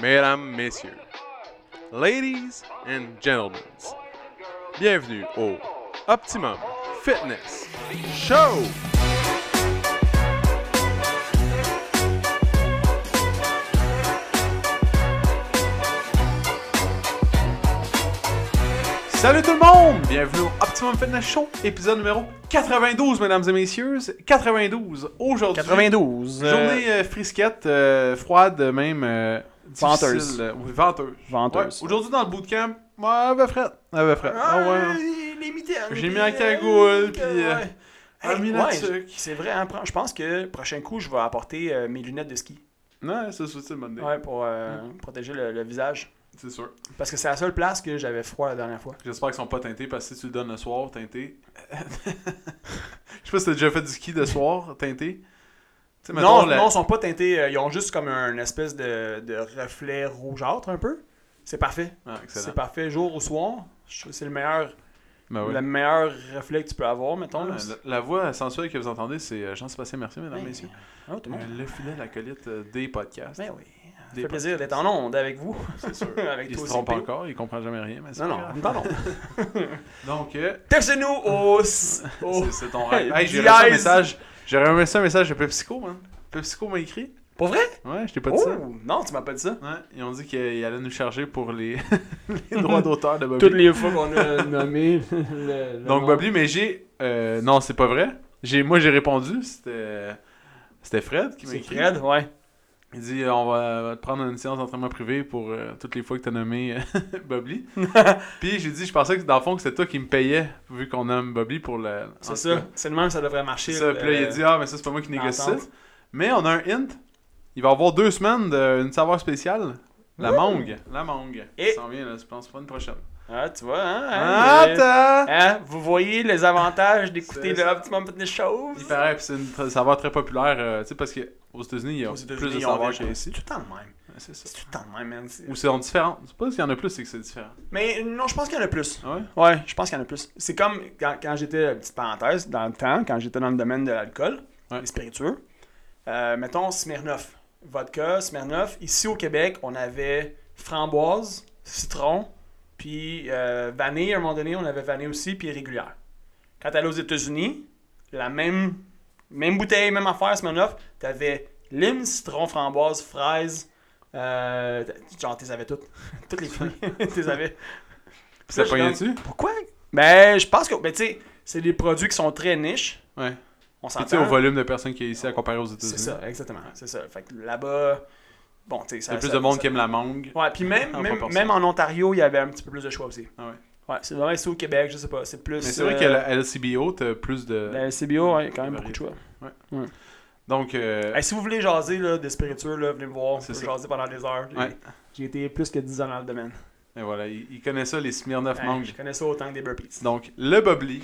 mesdames, messieurs, ladies and gentlemen, bienvenue au Optimum Fitness Show! Salut tout le monde! Bienvenue au Optimum Fitness Show, épisode numéro 92, mesdames et messieurs. 92, aujourd'hui. 92. euh, Journée euh, frisquette, euh, froide même. euh, Venteuse. difficile, euh, oui, venteuse. Venteuse. Ouais, Aujourd'hui dans le bootcamp, ouais, ben frette. Ah, ben frette. Ah, ouais. les mitaines, J'ai puis, mis euh, un cagoule, puis, ouais. euh, Hey, un mille ouais, à sucre. j- c'est vrai, hein, prends- je pense que prochain coup, je vais apporter euh, mes lunettes de ski. Non, ça, c'est c'est une bonne idée. Ouais, pour euh, Mm. protéger le, le visage. C'est sûr. Parce que c'est la seule place que j'avais froid la dernière fois. J'espère qu'ils sont pas teintés parce que si tu le donnes le soir, teinté. Je sais pas si t'as déjà fait du ski de soir, teinté. Tu sais, mettons, non, la- non, ils sont pas teintés. euh, ils ont juste comme un espèce de, de reflet rougeâtre un peu. C'est parfait. Ah, excellent. C'est parfait. Jour au soir, je trouve que c'est le meilleur, Ben oui. le meilleur reflet que tu peux avoir, mettons. Ah, là. la, la voix sensuelle que vous entendez, c'est euh, Jean-Sébastien Mercier, mesdames et Hey, messieurs. ah, tout le monde. Euh, Le filet, l'acolyte euh, des podcasts. Ben oui. Ça Des fait plaisir d'être en onde avec vous. C'est sûr. avec Ben, il toi se aussi, trompe P. encore, il comprend jamais rien. Mais c'est Non, pas non, pardon. grave. Donc, euh, Textez-nous au. s- au- C'est- C'est ton rêve. Hey, Hey, j'ai reçu un guys! message. J'ai reçu un message de Pepsico, man. Pepsico m'a écrit. Pour vrai? Ouais, je t'ai pas dit Oh, ça. non, tu m'as pas dit ça. Ouais, ils ont dit qu'ils allaient nous charger pour les, les droits d'auteur de Bobby. Toutes les fois qu'on a nommé le, le Donc nom. Bobby, mais j'ai euh, non, c'est pas vrai. J'ai moi j'ai répondu, c'était c'était Fred qui m'a C'est écrit. Fred, ouais. Il dit euh, on va te prendre une séance d'entraînement privé pour euh, toutes les fois que t'as nommé euh, Bobby. Puis j'ai dit je pensais que dans le fond que c'était toi qui me payais vu qu'on nomme Bobby pour le en C'est tout ça. cas. C'est le même, ça devrait marcher. euh, C'est ça, puis là, il a dit, ah, mais ça, c'est pas moi qui négocie ça. l'entente. Mais on a un hint. Il va y avoir deux semaines d'une savoir spéciale. La Ouh! mangue. La mangue. Et- Ça s'en vient, là, je pense, pas une prochaine. Ah, tu vois, hein? hein, le- Attends! Hein, Vous voyez les avantages d'écouter Ah, C'est- le Optimum Fitness Show? Il paraît, puis c'est une tra- saveur très populaire, euh, tu sais, parce qu'aux États-Unis, il y a Aux États-Unis, plus de ils ont saveurs des- C'est qu'ici. tout le temps le même. Ouais, C'est ça. C'est tout le temps le même, man. C'est- Ou c'est en différent. C'est pas qu'il y en a plus, c'est que c'est différent. Mais non, je pense qu'il y en a plus. Ah ouais? Ouais, je pense qu'il y en a plus. C'est comme quand, quand j'étais, euh, petite parenthèse, dans le temps, quand j'étais dans le domaine de l'alcool, Ouais. les spiritueux, euh, mettons Smirnoff. Vodka, Smirnoff. Ici au Québec, on avait framboise, citron, puis euh, vanille. À un moment donné, on avait vanille aussi, puis régulière. Quand t'allais aux États-Unis, la même, même bouteille, même affaire, Smirnoff, t'avais lime, citron, framboise, fraise. Euh, t- genre, t'es avais toutes. toutes les fruits. t'es avais. Puis ça Là, je suis pognait-tu? Pourquoi? Ben, je pense que. Ben, tu sais, c'est des produits qui sont très niches. Ouais. On Puis tu sais, au s'entend. volume de personnes qui est ici à comparer aux États-Unis. C'est ça, exactement. C'est ça. Fait que là-bas, bon, tu sais, Il ça. y a plus ça- de monde ça- qui aime la mangue. Ouais, puis même, En même, proportion. même en Ontario, il y avait un petit peu plus de choix aussi. Ah ouais. Ouais, euh, c'est vraiment ici au Québec, je sais pas. C'est plus. ben, Mais c'est vrai qu'à la LCBO, t'as plus de. La CBO, ouais, quand même Variété. beaucoup de choix. Donc, euh, Hey, si vous voulez jaser là, des spiritueux, là, venez me voir. On C'est peut ça. jaser pendant des heures. J'ai- Ouais. J'ai été plus que 10 ans dans le domaine. et voilà, il, il connaît ça, les Smirnoff Hey, mangue. je connais ça autant que des burpees. Donc, le Bobli,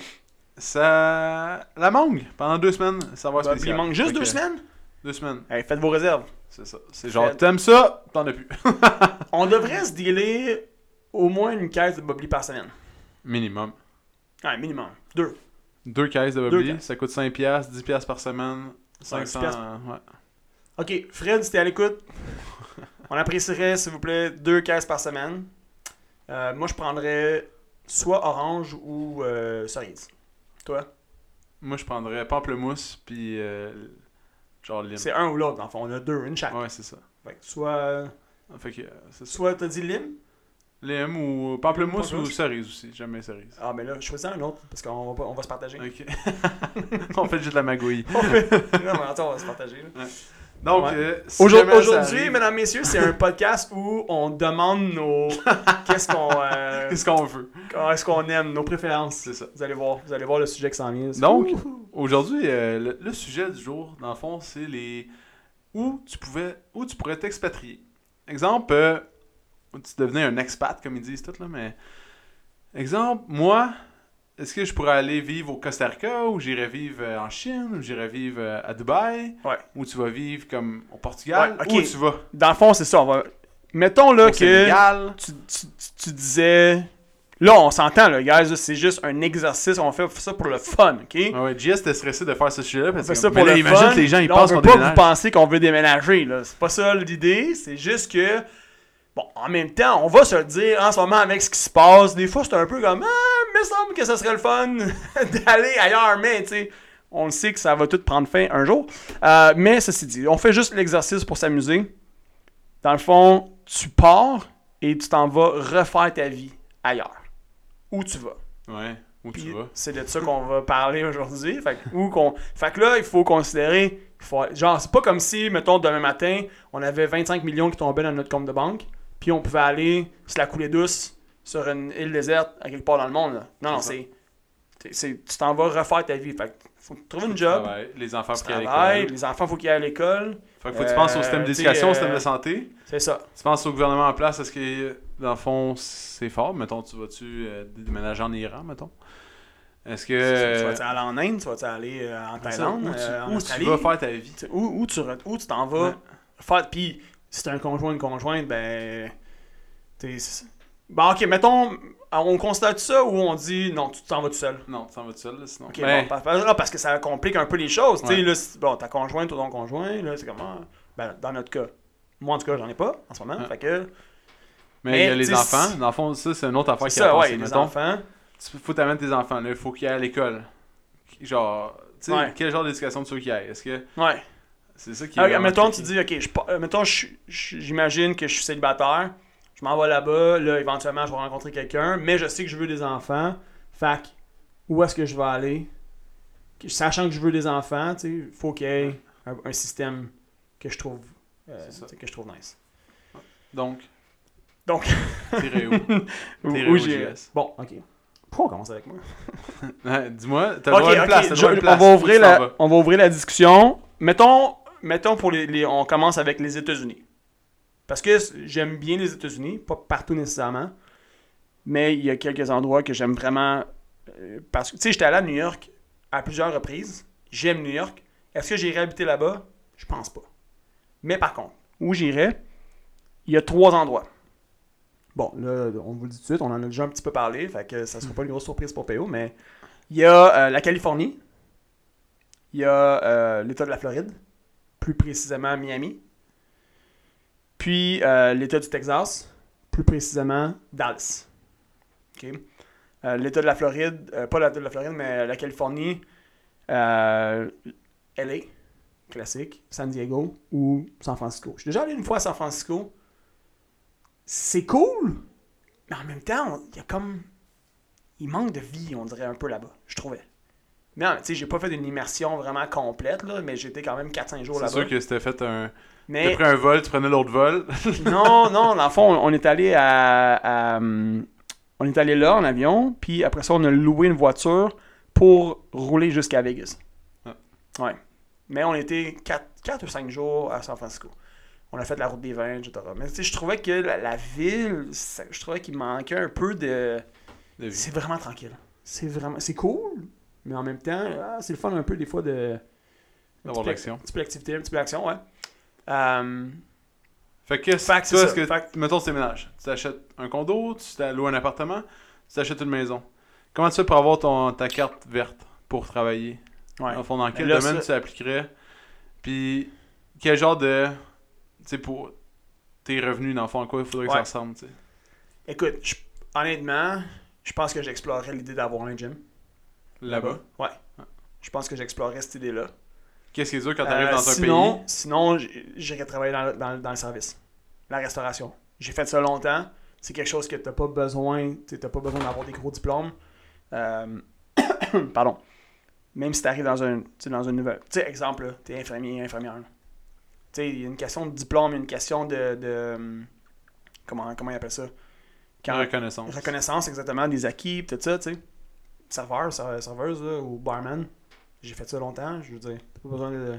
ça. La mangue, pendant deux semaines, savoir Bah, puis il spécial. manque juste Fait deux que, semaines. Deux semaines, Hey, faites vos réserves. c'est ça. C'est genre, Fred. t'aimes ça, t'en as plus. On devrait se dealer au moins une caisse de Bobli par semaine. Minimum. Ouais, Ah, minimum. Deux. Deux caisses de Deux Bobli, caisses. ça coûte 5$, 10$ par semaine, Ouais, 10 500$. piastres. ouais. OK, Fred, si t'es à l'écoute, on apprécierait, s'il vous plaît, deux caisses par semaine. Euh, moi, je prendrais soit orange ou euh, cerise. Toi, Moi, je prendrais pamplemousse, puis. euh, genre lime. c'est un ou l'autre, enfin, on a deux, une chaque. Ouais, c'est ça. Fait que soit, Fait que, euh, c'est ça. soit t'as dit lime. Lime ou pamplemousse ou Pamplemousse. cerise aussi, jamais cerise. Ah, mais là, je choisis un autre parce qu'on va, pas- on va se partager. Ok. On fait juste de la magouille. On fait- non, mais attends, on va se partager. là. Donc, Ouais. euh, si Aujourd'hui, jamais ça aujourd'hui, arrive, mesdames, messieurs, c'est un podcast où on demande nos. Qu'est-ce qu'on. euh, Qu'est-ce qu'on veut? Est-ce qu'on aime nos préférences? C'est ça. Vous allez voir, vous allez voir le sujet qui s'en vient. Donc, aujourd'hui, euh, le, le sujet du jour, dans le fond, c'est les où tu pouvais où tu pourrais t'expatrier. Exemple, euh, tu devenais un expat, comme ils disent tout, là, mais. Exemple, moi, est-ce que je pourrais aller vivre au Costa Rica ou j'irais vivre euh, en Chine ou j'irais vivre euh, à Dubaï? Ouais. Ou tu vas vivre comme au Portugal? Ouais, ok. Où tu vas? dans le fond, c'est ça. On va... Mettons là Au que Sénégal? tu, tu- tu- tu disais. Là, on s'entend, là, guys. là, C'est juste un exercice. On fait ça pour le fun, OK? Ah ouais, JS était stressé de faire ce sujet On parce fait que ça mais pour là, le imagine fun. que les gens ils Là, pensent on qu'on veut pas vous déménage. penser qu'on veut déménager. là. C'est pas ça l'idée. C'est juste que Bon, en même temps, on va se le dire, en ce moment, avec ce qui se passe, des fois, c'est un peu comme Ah, me semble que ça serait le fun d'aller ailleurs, mais tu sais, on le sait que ça va tout prendre fin un jour. Euh, mais ceci dit, on fait juste l'exercice pour s'amuser. Dans le fond, tu pars et tu t'en vas refaire ta vie ailleurs. Où tu vas. Ouais, où Puis tu vas. C'est de ça qu'on va parler aujourd'hui. Fait, que où qu'on- fait que là, il faut considérer. il faut- genre, c'est pas comme si, mettons, demain matin, on avait 25 millions qui tombaient dans notre compte de banque, puis on pouvait aller se la couler douce sur une île déserte à quelque part dans le monde. là. Non, non, C'est c'est. c'est- c'est- Tu t'en vas refaire ta vie. Fait que faut trouver une job, Travail, Ah les enfants tu pris à travailles, l'école. les enfants, faut qu'ils aillent à l'école. Fait que faut que tu penses au Euh, système tu sais, d'éducation, au système euh, de santé. C'est ça. Tu penses au gouvernement en place, est-ce que, dans le fond, c'est fort? Mettons, tu vas-tu euh, déménager en Iran, mettons? Est-ce que... Tu vas-tu euh, aller en Inde, tu vas-tu aller euh, en c'est ça, Thaïlande, où tu- euh, en où tu Australie. vas faire ta vie? T'sais, où, où tu re- où tu t'en vas Ouais. faire puis si t'as un conjoint une conjointe ben t'es c'est- ben ok mettons on constate ça ou on dit non tu t'en vas tout seul Non, tu t'en vas tout seul, là, sinon. ok Ben, bon, par- par- là, parce que ça complique un peu les choses tu sais Ouais. là si- bon ta conjointe ou ton conjoint là c'est comment ben dans notre cas moi en tout cas j'en ai pas en ce moment Ouais. fait que mais il y a mais, les tu sais, enfants. si- Dans le fond, ça, c'est une autre affaire c'est qui a ça ouais passé. les Mettons, enfants il faut t'amener tes enfants, là, il faut qu'ils aillent à l'école. Genre, tu sais, Ouais. quel genre d'éducation tu veux qu'ils aillent? Est-ce que ouais c'est ça qui est Ah, vraiment mettons, tu tricky? dis, OK, je, pars- euh, mettons, je suis- je- j'imagine que je suis célibataire, je m'en vais là-bas, là, éventuellement, je vais rencontrer quelqu'un, mais je sais que je veux des enfants, fait que, où est-ce que je vais aller? Que- Sachant que je veux des enfants, tu sais, il faut qu'il y ait un, un système que je trouve, euh, C'est ça. tu sais, que je trouve nice. Donc. Donc. T'irais où? Ou, T'es ou au j'ai- JS. Bon, OK. Pourquoi on commence avec moi? Ouais, Dis-moi, t'as Ok, le droit à une ok, place, t'as le je- droit à une on, place. va Tu ouvrir t'en la, vas. on va ouvrir la discussion. Mettons, mettons pour les, les- on commence avec les États-Unis. Parce que c- j'aime bien les États-Unis, pas partout nécessairement, mais il y a quelques endroits que j'aime vraiment. euh, parce que, tu sais, j'étais allé à New York à plusieurs reprises. J'aime New York. Est-ce que j'irai habiter là-bas Je pense pas. Mais par contre, où j'irai il y a trois endroits. Bon, là, on vous le dit tout de suite, on en a déjà un petit peu parlé, fait que ça sera pas une grosse surprise pour PO, mais il y a euh, la Californie, il y a euh, l'État de la Floride, plus précisément Miami, puis euh, l'État du Texas, plus précisément Dallas. OK? Euh, L'État de la Floride, euh, pas l'État de la Floride, mais la Californie, euh, LA, classique, San Diego ou San Francisco. Je suis déjà allé une fois à San Francisco. C'est cool, mais en même temps, on- il y a comme. Il manque de vie, on dirait, un peu là-bas, je trouvais. Mais non, tu sais, j'ai pas fait une immersion vraiment complète, là, mais j'étais quand même 4-5 jours C'est là-bas. sûr que c'était fait un. T'as Mais pris un vol, tu prenais l'autre vol. non, non, dans le fond, on on est allé à, à, hum, On est allé là en avion, puis après ça, on a loué une voiture pour rouler jusqu'à Vegas. Ah. Ouais. Mais on était 4, ou 5 jours à San Francisco. On a fait la route des vins, etc. Mais tu sais, je trouvais que la, la ville, ça- je trouvais qu'il manquait un peu de. De vie. C'est vraiment tranquille. C'est vraiment. C'est cool, mais en même temps, ah, c'est le fun un peu des fois de. un D'avoir petit peu- de l'action. Un petit peu d'activité, un petit peu d'action, ouais. Hum, Fait Fait que, que c'est toi, ça. est-ce que, Fait mettons, c'est ménage. Tu t'achètes un condo, tu t'as- loues un appartement, tu t'achètes une maison. Comment tu fais pour avoir ton, ta carte verte pour travailler? ouais. Ben Au fond, dans quel là, domaine ça- tu appliquerais? Puis, quel genre de... Tu sais, pour tes revenus, dans le fond, à quoi il faudrait que Ouais. ça ressemble, tu sais? Écoute, je- honnêtement, je pense que j'explorerais l'idée d'avoir un gym. Là-bas. Ouais. Je pense que j'explorerais cette idée-là. Qu'est-ce qui est dur quand t'arrives Euh, dans un sinon, pays? Sinon, j- j'irais travailler dans, le- dans le- dans le service. La restauration. J'ai fait ça longtemps. C'est quelque chose que t'as pas besoin. t'sais, T'as pas besoin d'avoir des gros diplômes. Euh, Pardon. Même si t'arrives dans un. t'sais, dans une nouvelle. Tu sais, exemple, là, t'es infirmier, infirmière. Tu sais, il y a une question de diplôme, il y a une question de. de- hum, comment, comment ils appellent ça? Quand reconnaissance. reconnaissance exactement des acquis, pis tout ça, tu sais. Serveur, ser- serveuse là, ou barman. J'ai fait ça longtemps, je veux dire. T'as pas besoin de.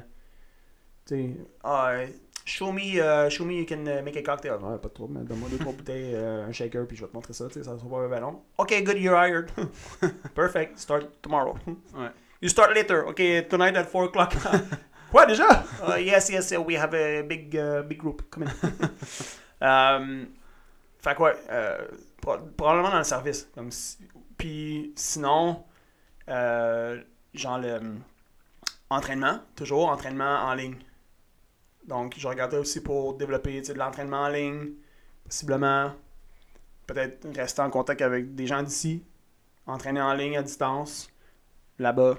Tu sais. Ah, euh, show me, euh, show me you can euh, make a cocktail. Ouais, pas de trouble, mais donne-moi deux, trois bouteilles, euh, un shaker, puis je vais te montrer ça, tu sais. Ça sera pas un ballon. Ok, good, you're hired. Perfect, start tomorrow. Ouais. You start later. Ok, tonight at 4 o'clock. Quoi déjà? Uh, yes, yes, uh, we have a big, uh, big group. Come in. um, fait que ouais, euh, pro- probablement dans le service. Comme si- Puis sinon, euh, genre le hum, entraînement, toujours entraînement en ligne. Donc je regardais aussi pour développer tu sais, de l'entraînement en ligne, Possiblement, peut-être rester en contact avec des gens d'ici, entraîner en ligne à distance, là-bas.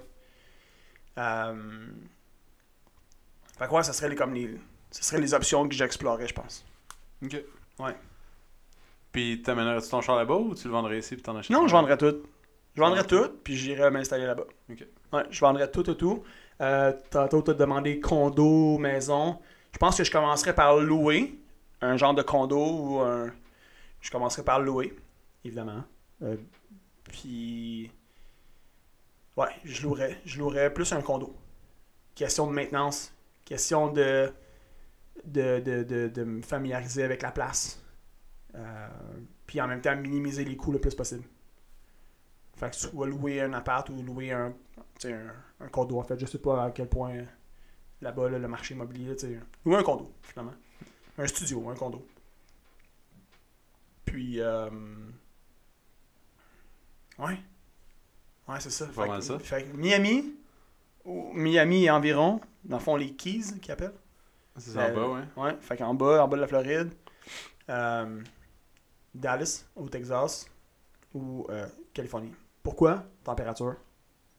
Euh... Fait que ouais, ce serait les, comme les, ce serait les options que j'explorerais, je pense. Ok. Ouais. Puis t'amènerais-tu ton char là-bas ou tu le vendrais ici puis t'en achèterais? Non, je vendrais tout. Je vendrais tout, puis j'irais m'installer là-bas. Ok. Ouais, je vendrais tout, tout, tout. Euh, tantôt, tu as demandé condo, maison. Je pense que je commencerai par louer un genre de condo ou un. Je commencerai par louer, évidemment. Euh, puis. Ouais, je louerais. Je louerais plus un condo. Question de maintenance. Question de. de, de, de, de me familiariser avec la place. Euh, puis en même temps, minimiser les coûts le plus possible. Fait que tu vas louer un appart ou louer un, tu sais, un, un condo. En fait, je sais pas à quel point euh, là-bas, là, le marché immobilier, tu sais, louer un condo, finalement. Un studio, un condo. Puis, euh, ouais. Ouais, c'est ça. Fait Pas mal que- ça. Fait que Miami, ou Miami et environ, dans le fond, les Keys, qu'ils appellent. C'est ça en Euh, bas, ouais. Ouais, fait qu'en bas, en bas de la Floride, euh, Dallas au Texas ou euh, Californie. Pourquoi? Température.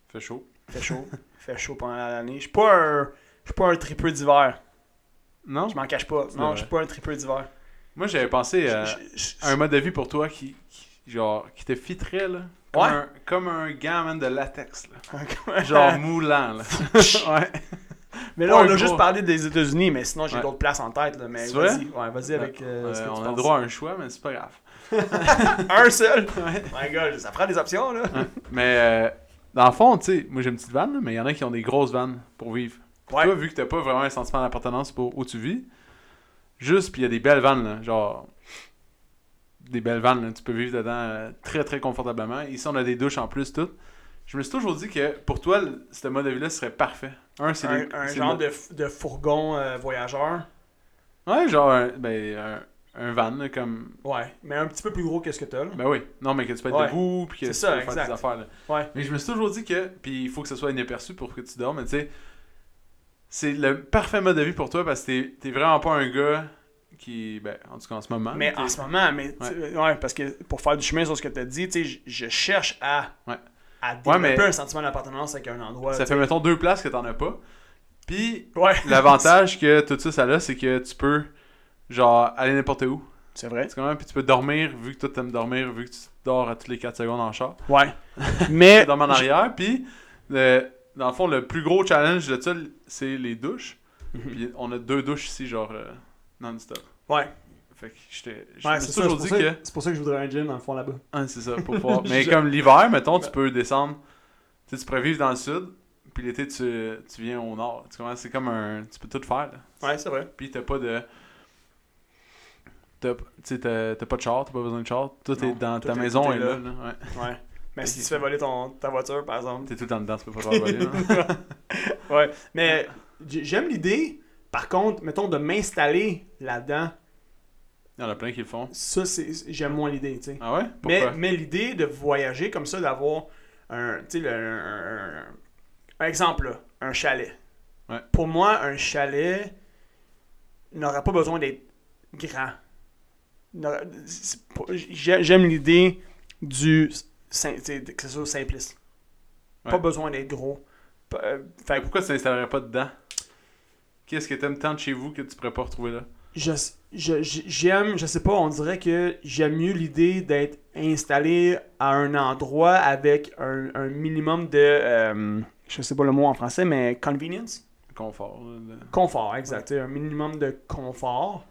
Fait chaud. Fait chaud. fait chaud pendant l'année. Je suis pas un. Je suis pas un tripeux d'hiver. Non? Je m'en cache pas. C'est Non, vrai. je suis pas un tripeux d'hiver. Moi, j'avais pensé euh, Je- je- je- à un mode de vie pour toi qui, qui- genre, qui te fitterait, là. Comme, Ouais. un, comme un gant, man, de latex, là. je- Genre moulant, là. ouais. mais là, on pas un a juste gros. parlé des États-Unis, mais sinon, j'ai Ouais. d'autres places en tête. Là, mais C'est vas-y. Ouais, vas-y avec. euh, Euh, ce que tu on a penses. droit à un choix, mais c'est pas grave. Un seul. My God, ça prend des options, là. Mais euh, dans le fond, tu sais, moi j'ai une petite vanne, là, mais il y en a qui ont des grosses vannes pour vivre. Ouais. Toi, vu que t'as pas vraiment un sentiment d'appartenance pour où tu vis, juste, puis il y a des belles vannes, là, genre. Des belles vannes, là, tu peux vivre dedans euh, très très confortablement. Ici, on a des douches en plus, toutes. Je me suis toujours dit que pour toi, le- ce mode de vie-là serait parfait. Un, c'est Un, des- un c'est genre le- de, f- de fourgon euh, voyageur. Ouais, genre, un, ben, un, un van, là, comme. Ouais, mais un petit peu plus gros que ce que t'as. là. Ben oui, non, mais que tu peux être Ouais. debout, puis que C'est tu ça, peux faire exact. des affaires, là. Ouais. Mais je me suis toujours dit que, puis il faut que ce soit inaperçu pour que tu dors, mais tu sais, c'est le parfait mode de vie pour toi parce que t'es- t'es vraiment pas un gars qui, ben, en tout cas en ce moment. Mais t'es- en ce moment, mais tu- ouais. parce que pour faire du chemin sur ce que tu as dit, tu sais, je- je cherche à, Ouais. à développer mais- un sentiment d'appartenance avec un endroit. ça fait, mettons, deux places que t'en as pas. Puis Ouais. l'avantage que tout ça, ça a, c'est que tu peux, genre, aller n'importe où. C'est vrai. Tu comprends? Puis tu peux dormir, vu que toi t'aimes dormir, vu que tu dors à toutes les 4 secondes en char. Ouais. mais Tu dormir en arrière, puis le- dans le fond, le plus gros challenge de ça, c'est les douches. Puis on a deux douches ici, genre, euh, non-stop. Ouais. Fait que j'étais. Je Ouais, me c'est suis ça, toujours c'est dit pour ça- que. C'est pour ça que je voudrais un gym dans le fond là-bas. Ah, c'est ça, pour pouvoir. Mais Je- comme l'hiver, mettons, tu peux descendre. Tu sais, tu pourrais vivre dans le sud, puis l'été, tu, tu viens au nord. Tu comprends? C'est comme un. Tu peux tout faire, là. ouais, c'est vrai. Puis t'as pas de. t'as- Tu sais, t'as t'as pas de char, t'as pas besoin de char. Tout Non, est dans tout ta est- maison tout est est là. là. là, ouais. Ouais. Mais si tu fais voler ton, ta voiture, par exemple. T'es tout le temps dedans, tu peux pas te faire voler. là. ouais. Mais j- j'aime l'idée. Par contre, mettons de m'installer là-dedans, Il y en a plein qui le font. ça, c'est j'aime moins l'idée, tu sais. Ah ouais? Mais, Pourquoi? mais l'idée de voyager comme ça, d'avoir un, tu sais, le- un, un- un exemple, là, un chalet. Ouais. Pour moi, un chalet n'aura pas besoin d'être grand. N'aura- c'est pas- j'ai- J'aime l'idée du sim- tu sais, que ce soit simpliste. Pas Ouais. besoin d'être gros. Pas- euh, fait Fait que que pourquoi tu t'installerais pas dedans? Qu'est-ce que t'aimes tant de chez vous que tu pourrais pas retrouver là? je, je- je- j'aime, je sais pas, on dirait que j'aime mieux l'idée d'être installé à un endroit avec un, un minimum de, euh, je sais pas le mot en français, mais convenience. Confort. là, de- Confort, exact. tu sais, Un minimum de confort.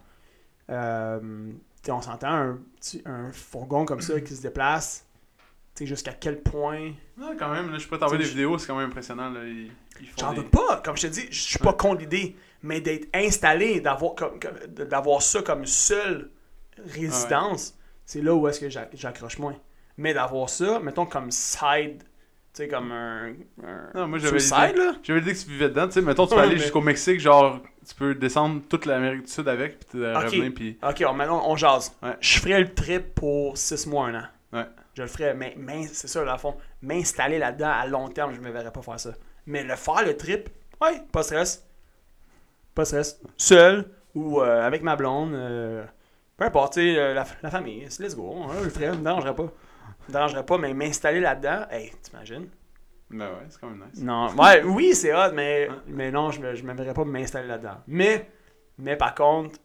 Euh, tu sais, on s'entend, un, petit- un fourgon comme ça qui se déplace, tu sais, jusqu'à quel point... Non, quand même, là, je peux t'envoyer des vidéos, c'est quand même impressionnant. Là. Ils, ils font J'en des- doute pas, comme je te dis, je suis pas contre l'idée, mais d'être installé, d'avoir comme, comme- d'avoir ça comme seule résidence, c'est là où est-ce que j'ac- j'accroche moins. Mais d'avoir ça, mettons comme side, tu sais comme un, un- Non, moi, sur j'avais le l'idée- side là. J'avais dit que tu vivais dedans, tu sais, mettons, tu peux Ouais, aller mais- jusqu'au Mexique, genre, tu peux descendre toute l'Amérique du Sud avec, puis tu Ok. revenir, puis... Ok, on, maintenant on jase. Ouais. Je ferais le trip pour 6 mois, un an. Ouais. Je le ferais, mais, mais c'est ça, là, à fond. M'installer là-dedans à long terme, je me verrais pas faire ça. Mais le faire, le trip, ouais, pas stress. Pas stress. Seul ou euh, avec ma blonde, euh, Peu importe, tu sais, euh, la, la famille, let's go. hein, je le ferais, me dérangerait pas. Me dérangerait pas, mais m'installer là-dedans, hey, t'imagines? Ben ouais, c'est quand même nice. Non, ouais, oui, c'est hot, mais, Hein? mais non, je ne m'aimerais pas m'installer là-dedans. Mais, mais par contre,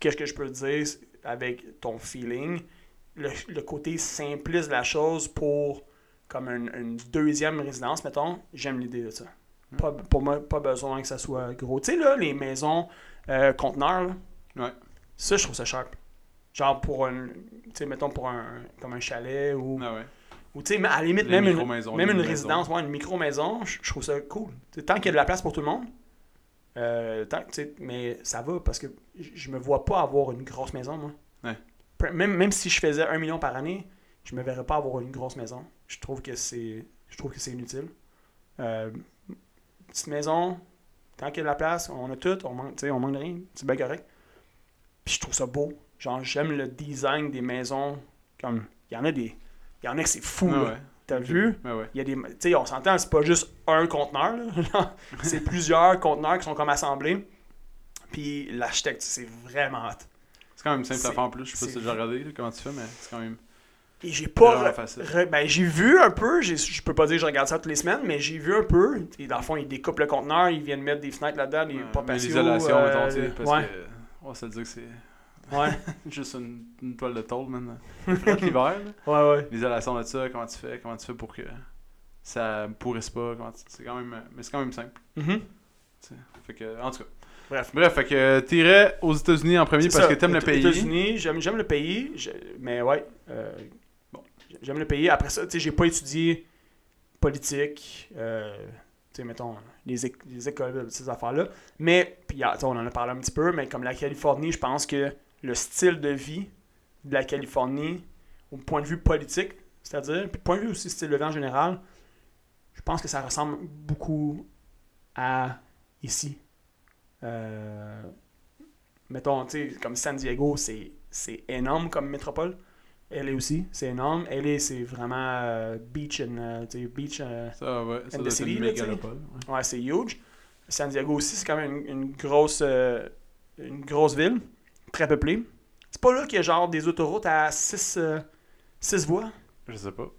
qu'est-ce que je peux te dire c'est- avec ton feeling, le, le côté simpliste de la chose pour comme une, une deuxième résidence, mettons, j'aime l'idée de ça. Hein? Pas, pour moi, pas besoin que ça soit gros. Tu sais, là, les maisons euh, conteneurs, là, Ouais. ça, je trouve ça sharp. Genre pour un, tu sais, mettons pour un, comme un chalet ou Ah ouais. ou tu sais, mais à la limite, Les même une, micro-maisons, même les une maisons. résidence, ouais, une micro-maison, je je trouve ça cool. Tu sais, tant qu'il y a de la place pour tout le monde, euh, tant, que, tu sais, mais ça va parce que j- je me vois pas avoir une grosse maison, moi. Ouais. Peu- Même, même si je faisais un million par année, je me verrais pas avoir une grosse maison. Je trouve que c'est je trouve que c'est inutile. Euh, petite maison, tant qu'il y a de la place, on a tout, on manque, tu sais, on manque de rien, c'est bien correct. Puis je trouve ça beau. Genre, j'aime le design des maisons. Comme, il y en a des. Il y en a que c'est fou, Ah là. ouais. T'as vu? Ben ouais. Il y a des. Tu sais, on s'entend, c'est pas juste un conteneur, là. c'est plusieurs conteneurs qui sont comme assemblés. Puis l'architecte, c'est vraiment hot. C'est quand même simple à C'est- faire en plus. Je sais pas c'est- si j'ai regardé là, comment tu fais, mais c'est quand même. Et j'ai pas. Vraiment re- facile. re- ben, j'ai vu un peu, j'ai- je peux pas dire que je regarde ça toutes les semaines, mais j'ai vu un peu. Et dans le fond, ils découpent le conteneur, ils viennent mettre des fenêtres là-dedans, des Ouais, portes mais patio, L'isolation, euh, mettons, tu sais, parce ouais, que. On va se dire que c'est ouais, juste une, une toile de tôle, man. Frotte l'hiver, là. ouais, ouais. L'isolation de ça, comment tu fais, comment tu fais pour que ça pourrisse pas, comment tu- c'est quand même, mais c'est quand même simple. Mhm. tu sais. Fait que, en tout cas. Bref. Bref, fait que t'irais aux États-Unis en premier C'est parce ça. que t'aimes le Aux- pays. aux États-Unis, j'aime, j'aime le pays, je- mais ouais. euh, bon, j'aime le pays. Après ça, tu sais, j'ai pas étudié politique, euh, tu sais, mettons, les, éc- les écoles, ces affaires-là. Mais, puis, ah, tu sais, on en a parlé un petit peu, mais comme la Californie, je pense que le style de vie de la Californie, au point de vue politique, c'est-à-dire, puis point de vue aussi style de vie en général, je pense que ça ressemble beaucoup à ici. Euh, mettons, tu sais, comme San Diego, c'est c'est énorme comme métropole. LA aussi, c'est énorme. LA, c'est vraiment euh, beach and, euh, tu sais, beach, euh, Ça, ouais, ça And doit the être city, une là, tu sais. mégalopole. ouais. ouais, c'est huge. San Diego aussi, c'est quand même une, une grosse, euh, une grosse ville, très peuplée. C'est pas là qu'il y a genre des autoroutes à 6 voies. Je sais pas.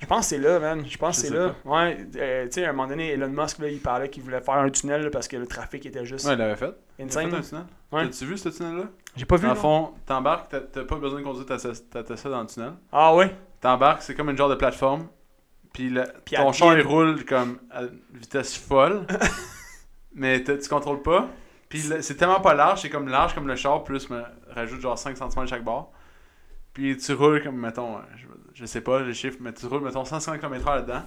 Je pense que c'est là, man. Je pense Je que c'est sais là. Ouais, euh, tu sais, à un moment donné, Elon Musk, là, il parlait qu'il voulait faire un tunnel là, parce que le trafic était juste Ouais, il l'avait fait. Il a insane. fait un tunnel. Ouais. T'as-tu vu ce tunnel-là? J'ai pas vu. Dans non. le fond, t'embarques, t'as- t'as pas besoin de conduire ta ta- ta Tesla dans le tunnel. Ah ouais? T'embarques, c'est comme une genre de plateforme. Puis le- Puis ton à char, il guide. roule comme à vitesse folle. mais t'as- tu contrôles pas. Puis le- c'est tellement pas large, c'est comme large comme le char, plus me rajoute genre 5 cm chaque bord. Puis tu roules comme, mettons, euh, je, je sais pas le chiffre, mais tu roules, mettons, 150 km/h là-dedans.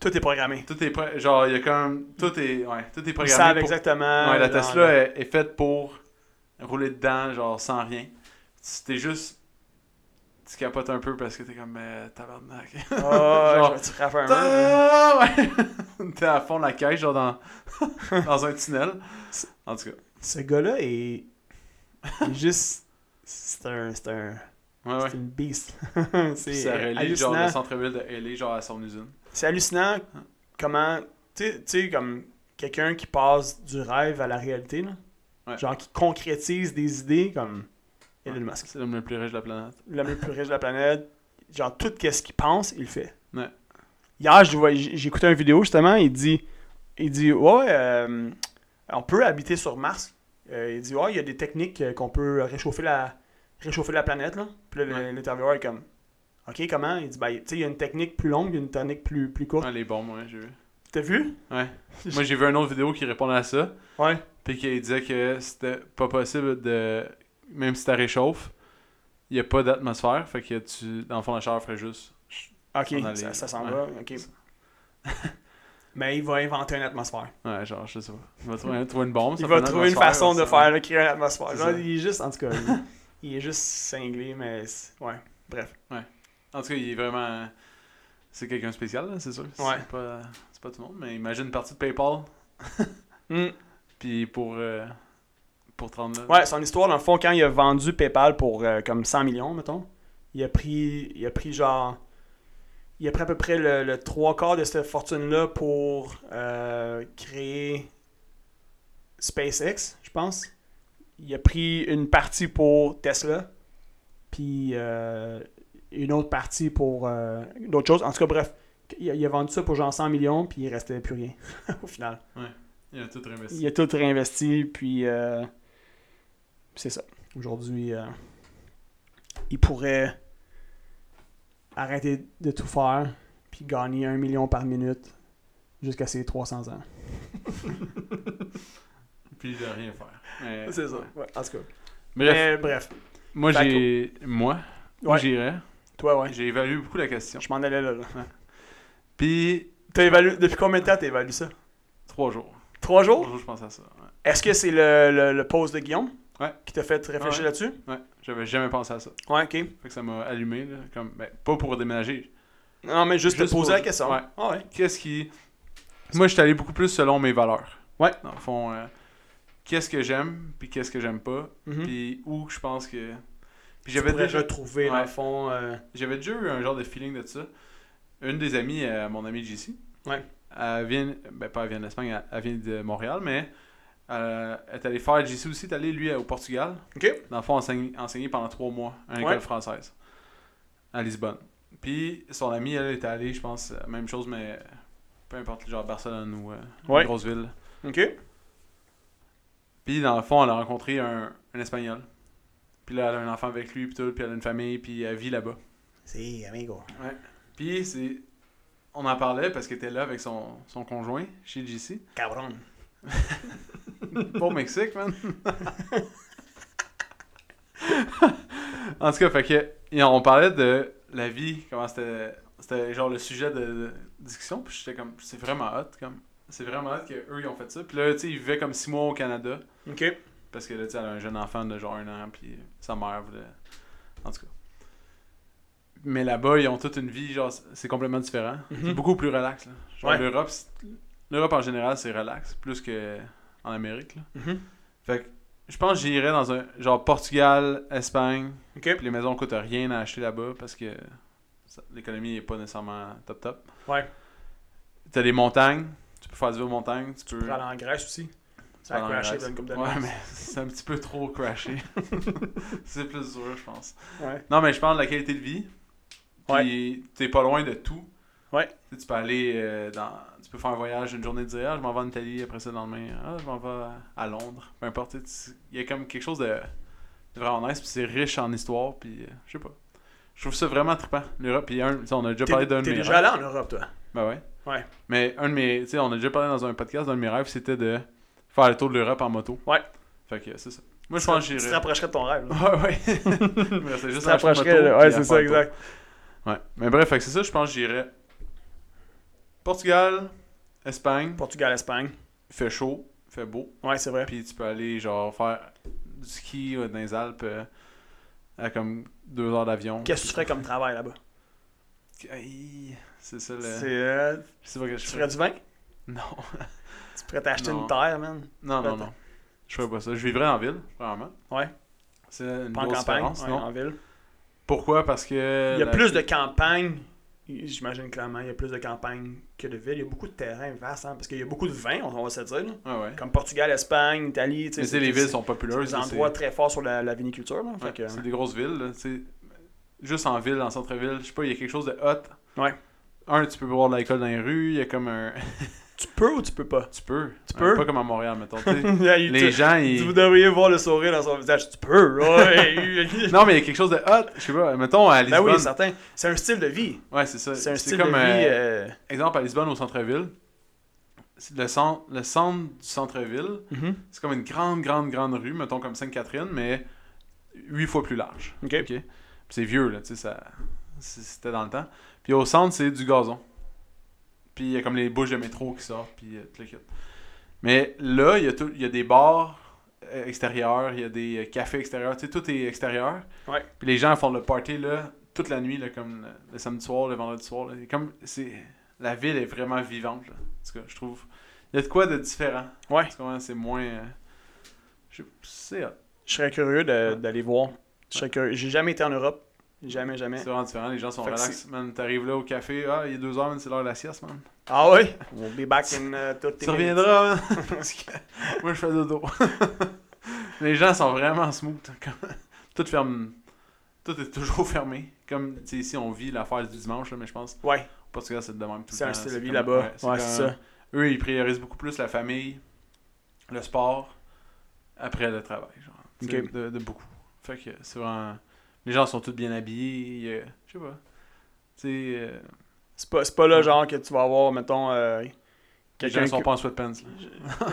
Tout est programmé. Tout est, pré- genre, il y a comme, tout est, ouais, tout est Ils programmé savent pour exactement. Ouais, la dans- Tesla est, est faite pour rouler dedans, genre sans rien. C'était juste. Tu capotes un peu parce que t'es comme euh, tabarnak. Ah, Genre, je vais te frapper un mur. hein. Ah, ouais. t'es à fond de la caisse, genre dans, dans un tunnel. En tout cas. Ce gars-là est. est juste. C'est un. C'est un. Ah Ouais, ouais. C'est une beast. Puis Ça c'est relie genre le hallucinant. centre-ville de LA genre à son usine. C'est hallucinant comment. Tu sais- tu sais, comme quelqu'un qui passe du rêve à la réalité, là. Ouais. Genre qui concrétise des idées comme Elon Ouais. Musk. C'est l'homme le plus riche de la planète. l'homme le plus riche de la planète. Genre, tout ce qu'il pense, il le fait. Ouais. Hier, je vois- j'ai j'ai écouté une vidéo justement, il dit, il dit Ouais, euh, on peut habiter sur Mars. Euh, il dit Ouais, il y a des techniques euh, qu'on peut réchauffer la, réchauffer la planète. Là. Puis là, Ouais. l'intervieweur est comme Ok, comment Il dit Ben, tu sais, il y a une technique plus longue, une technique plus, plus courte. Ouais, les bombes, ouais, j'ai vu. T'as vu Ouais. Moi, j'ai vu une autre vidéo qui répondait à ça. Ouais. Puis qu'il disait que c'était pas possible de. Même si t'as réchauffe, il a pas d'atmosphère. Fait que tu. Dans le fond, la chaleur ferait juste. Ok, On a les- ça, ça s'en ouais. va. Ok. Mais il va inventer une atmosphère. Ouais, genre, je sais pas. Il va trouver, trouver une bombe. ça Il fait va trouver une atmosphère, façon de ça- faire, là, créer une atmosphère. C'est Là, ça. il est juste, en tout cas, il, il est juste cinglé, mais c'est- ouais, bref. En tout cas, il est vraiment. C'est quelqu'un de spécial, là, c'est sûr. Ouais. C'est pas, c'est pas tout le monde, mais imagine une partie de PayPal. Mm. Puis pour. euh, pour 39. Ouais, son histoire, dans le fond, quand il a vendu PayPal pour euh, comme 100 millions, mettons, il a pris, il a pris genre. Il a pris à peu près le, le trois quarts de cette fortune-là pour euh, créer SpaceX, je pense. il a pris une partie pour Tesla, puis euh, une autre partie pour euh, d'autres choses. En tout cas, bref, il a, il a vendu ça pour genre 100 millions, puis il restait plus rien au final. Il a tout réinvesti. Il a tout réinvesti, puis euh, c'est ça. Aujourd'hui, euh, il pourrait arrêter de tout faire, puis gagner un million par minute jusqu'à ses 300 ans. Puis de rien faire. Mais- Ouais, en tout cas. Bref, Mais bref, moi, fait j'ai. Moi, moi, Ouais. j'irais. toi, ouais. J'ai évalué beaucoup la question. Je m'en allais là. là. Puis, T'as évalué... Depuis combien de temps t'as évalué ça trois jours. Trois jours Trois jours, je pense à ça. ouais. Est-ce que c'est le, le, le post de Guillaume Ouais. qui t'a fait réfléchir Ouais. là-dessus? Ouais, j'avais jamais pensé à ça. Ouais, ok. Fait que ça m'a allumé, là, comme, ben, pas pour déménager. Non, mais juste, Juste te poser pour- la question. ouais. Ah ouais. Qu'est-ce qui... Moi, je suis allé beaucoup plus selon mes valeurs. Ouais. Dans le fond, euh, qu'est-ce que j'aime, puis qu'est-ce que j'aime pas, Mhm. puis où que je pense que... Puis Tu j'avais pourrais déjà, retrouver, dans Ouais. le fond. euh, j'avais déjà eu un genre de feeling de ça. Une des amies, euh, mon amie JC, Ouais. elle vient... Ben, pas elle vient d'Espagne, elle- elle vient de Montréal, mais... euh, elle est allée faire... JC aussi est allé, lui, au Portugal. Ok. dans le fond, enseigné, enseigné pendant trois mois à l'école Ouais. française à Lisbonne. Puis son amie, elle était allée, je pense, euh, même chose, mais peu importe, genre Barcelone ou euh, Ouais. une grosse ville. Ok. Puis dans le fond, elle a rencontré un, un Espagnol. Puis là, elle a un enfant avec lui, puis tout, puis elle a une famille, puis elle vit là-bas. Si, amigo. Puis c'est. On en parlait parce qu'elle était là avec son, son conjoint chez JC. Cabron. Pas au Mexique, man. en tout cas, fait que, et on parlait de la vie, comment c'était, c'était genre le sujet de, de discussion, puis j'étais comme, c'est vraiment hot, comme, c'est vraiment hot qu'eux, ils ont fait ça. Puis là, tu sais, ils vivaient comme six mois au Canada, Ok. parce que là, tu sais, elle a un jeune enfant de genre un an, puis sa mère voulait, en tout cas. Mais là-bas, ils ont toute une vie, genre, c'est complètement différent. Mhm. C'est beaucoup plus relax, là. Genre, Ouais. l'Europe, c'est- l'Europe en général, c'est relax, plus que en Amérique, là. Mhm. Fait que je pense que j'irais dans un genre Portugal, Espagne. Ok. Puis les maisons coûtent rien à acheter là-bas parce que ça- l'économie n'est pas nécessairement top top. Ouais. T'as des montagnes, tu peux faire du vélo montagne, tu peux. Pour aller en Grèce aussi. tu peux Ça aller a en crashé Grèce. dans une couple de Ouais, minutes. mais c'est un petit peu trop crashé. c'est plus dur, je pense. Ouais. Non, mais je parle de la qualité de vie. Puis t'es pas loin de tout. Ouais. Tu sais, tu peux aller euh, dans. Tu peux faire un voyage une journée de dire Ah, je m'en vais en Italie, après ça, le lendemain, ah, je m'en vais à- à Londres. Peu importe. tu sais, tu- Il y a comme quelque chose de, de vraiment nice, puis c'est riche en histoire, puis euh, je sais pas. Je trouve ça vraiment trippant, l'Europe. Puis un, tu sais, on a déjà parlé T'es d'un de t'es mes déjà rêves. allé en Europe, toi. Ben ouais. Ouais. Mais un de mes. Tu sais, on a déjà parlé dans un podcast, d'un de mes rêves, c'était de faire le tour de l'Europe en moto. Ouais. Fait que c'est ça. Moi, je pense que Tu te j'irais. rapprocherais de ton rêve. là. Ah Ouais, ouais. Il me restait Tu juste te à acheter une rapprocherais. moto, là. puis Ouais, à c'est faire ça, le tour. exact. Ouais. Mais bref, fait que c'est ça, je pense que j'irais. Portugal, Espagne, Portugal, Espagne. fait chaud, fait beau. Ouais, c'est vrai. Puis tu peux aller genre faire du ski euh, dans les Alpes euh, à comme deux heures d'avion. Qu'est-ce que tu ferais comme travail là-bas Aïe, C'est ça le. C'est. euh, Je sais pas ce que je Tu ferais. ferais du vin Non. Tu pourrais t'acheter Non. une terre, man. non, non, Attends. non. Je ferais pas ça. Je vivrais en ville, vraiment. Ouais. C'est une Pas en grosse campagne, différence, ouais, non? en ville. Pourquoi? Parce que. Il y a la- plus de campagne, j'imagine clairement, il y a plus de campagne que de ville. Il y a beaucoup de terrains vastes, hein, parce qu'il y a beaucoup de vins, on on va se le dire. là. Ouais, ouais. Comme Portugal, Espagne, Italie, tu sais. Mais tu sais, c'est- les villes c'est- sont c'est populaires. des ça, c'est- endroits très forts sur la, la viniculture. là. Fait Ouais, que, euh, C'est des grosses villes, là, tu sais. Juste en ville, en centre-ville, je sais pas, il y a quelque chose de hot. Ouais. Un, tu peux boire de l'alcool dans les rues, il y a comme un. tu peux ou tu peux pas? tu peux. Tu Un peux? Pas comme à Montréal, mettons. tu sais. Là, il- les tu- gens, tu- Vous ils. devriez voir le sourire dans son visage. Tu peux, ouais. Non, mais il y a quelque chose de hot, je sais pas. Mettons à ben Lisbonne. oui, certain. C'est un style de vie. Ouais, c'est ça. C'est un C'est style comme. de vie. euh, euh, Exemple, à Lisbonne, au centre-ville, c'est le centre, le centre du centre-ville, mhm. c'est comme une grande, grande, grande rue, mettons comme Sainte-Catherine, mais huit fois plus large. Ok. Ok. Puis c'est vieux, là, tu sais, ça... c- c'était dans le temps. Puis au centre, c'est du gazon. Puis il y a comme les bouches de métro qui sortent, puis euh, tout le kit. Mais là, il y, a tout- il y a des bars euh, extérieurs, il y a des euh, cafés extérieurs, tu sais, tout est extérieur. Ouais. Puis les gens font le party, là, toute la nuit, là, comme le, le samedi soir, le vendredi soir. là. Et Comme, c'est... La ville est vraiment vivante, là. En tout cas, je trouve... Il y a de quoi de différent. Ouais. Tu comprends? C'est moins... euh, je- C'est hot. Je serais curieux de- d'aller voir. Je serais curieux. J'ai jamais été en Europe. Jamais, jamais. C'est vraiment différent, les gens sont Fait que relax, man. T'arrives là au café, ah, il est 2h, man, c'est l'heure de la sieste, man. Ah ouais? We'll be back in euh, 30 Tu reviendras, man. Parce que moi, je fais dodo. Les gens sont vraiment smooth. hein, Comme- Tout ferme. Tout est toujours fermé. Comme, tu sais, ici, on vit l'affaire du dimanche, là, mais je pense Ouais, au Portugal, c'est de même tout le c'est un temps. style de vie comme- là-bas. Ouais, c'est comme- ça. Eux, ils priorisent beaucoup plus la famille, le sport, après le travail, genre. Tu sais, Ok. De, de beaucoup. Fait que c'est vraiment. Les gens sont tous bien habillés. euh, je sais pas. Tu sais. euh, C'est pas, c'est pas le genre que tu vas avoir, mettons, euh, les gens quelqu'un sont qui- pas en sweatpants. là.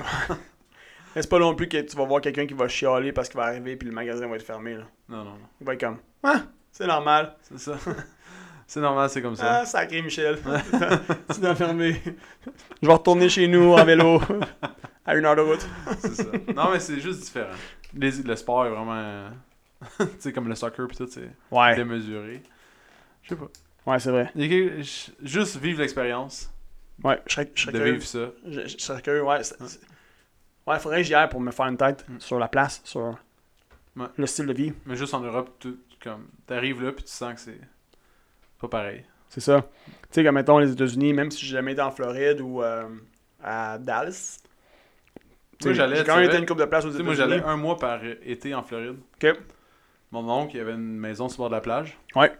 Mais c'est pas non plus que tu vas voir quelqu'un qui va chialer parce qu'il va arriver puis le magasin va être fermé. Là. Non, non, non. Il va être comme Ah, c'est normal. C'est ça. c'est normal, c'est comme ça. Ah, sacré Michel. tu l'as fermé. Je vais retourner chez nous en vélo à une heure de route. C'est ça. Non, mais c'est juste différent. Les- le sport est vraiment. euh, tu sais, comme le soccer, pis tout, c'est Ouais. démesuré. Je sais pas. Ouais, c'est vrai. Il y a quelque- j- Juste vivre l'expérience, Ouais, je serais, je serais de curieux. vivre ça. Je, je serais curieux, ouais. c'est- c'est- Ouais, faudrait que j'y aille pour me faire une tête Mm. sur la place, sur Ouais. le style de vie. Mais juste en Europe, tu comme t'arrives là, puis tu sens que c'est pas pareil. C'est ça. Tu sais, comme mettons les États-Unis, même si j'ai jamais été en Floride ou euh, à Dallas. tu sais, j'allais, J'ai quand tu même été savais- à une couple de places aux Tu sais, moi, États-Unis. j'allais un mois par été en Floride. Ok. Mon oncle, il avait une maison sur le bord de la plage. Ouais.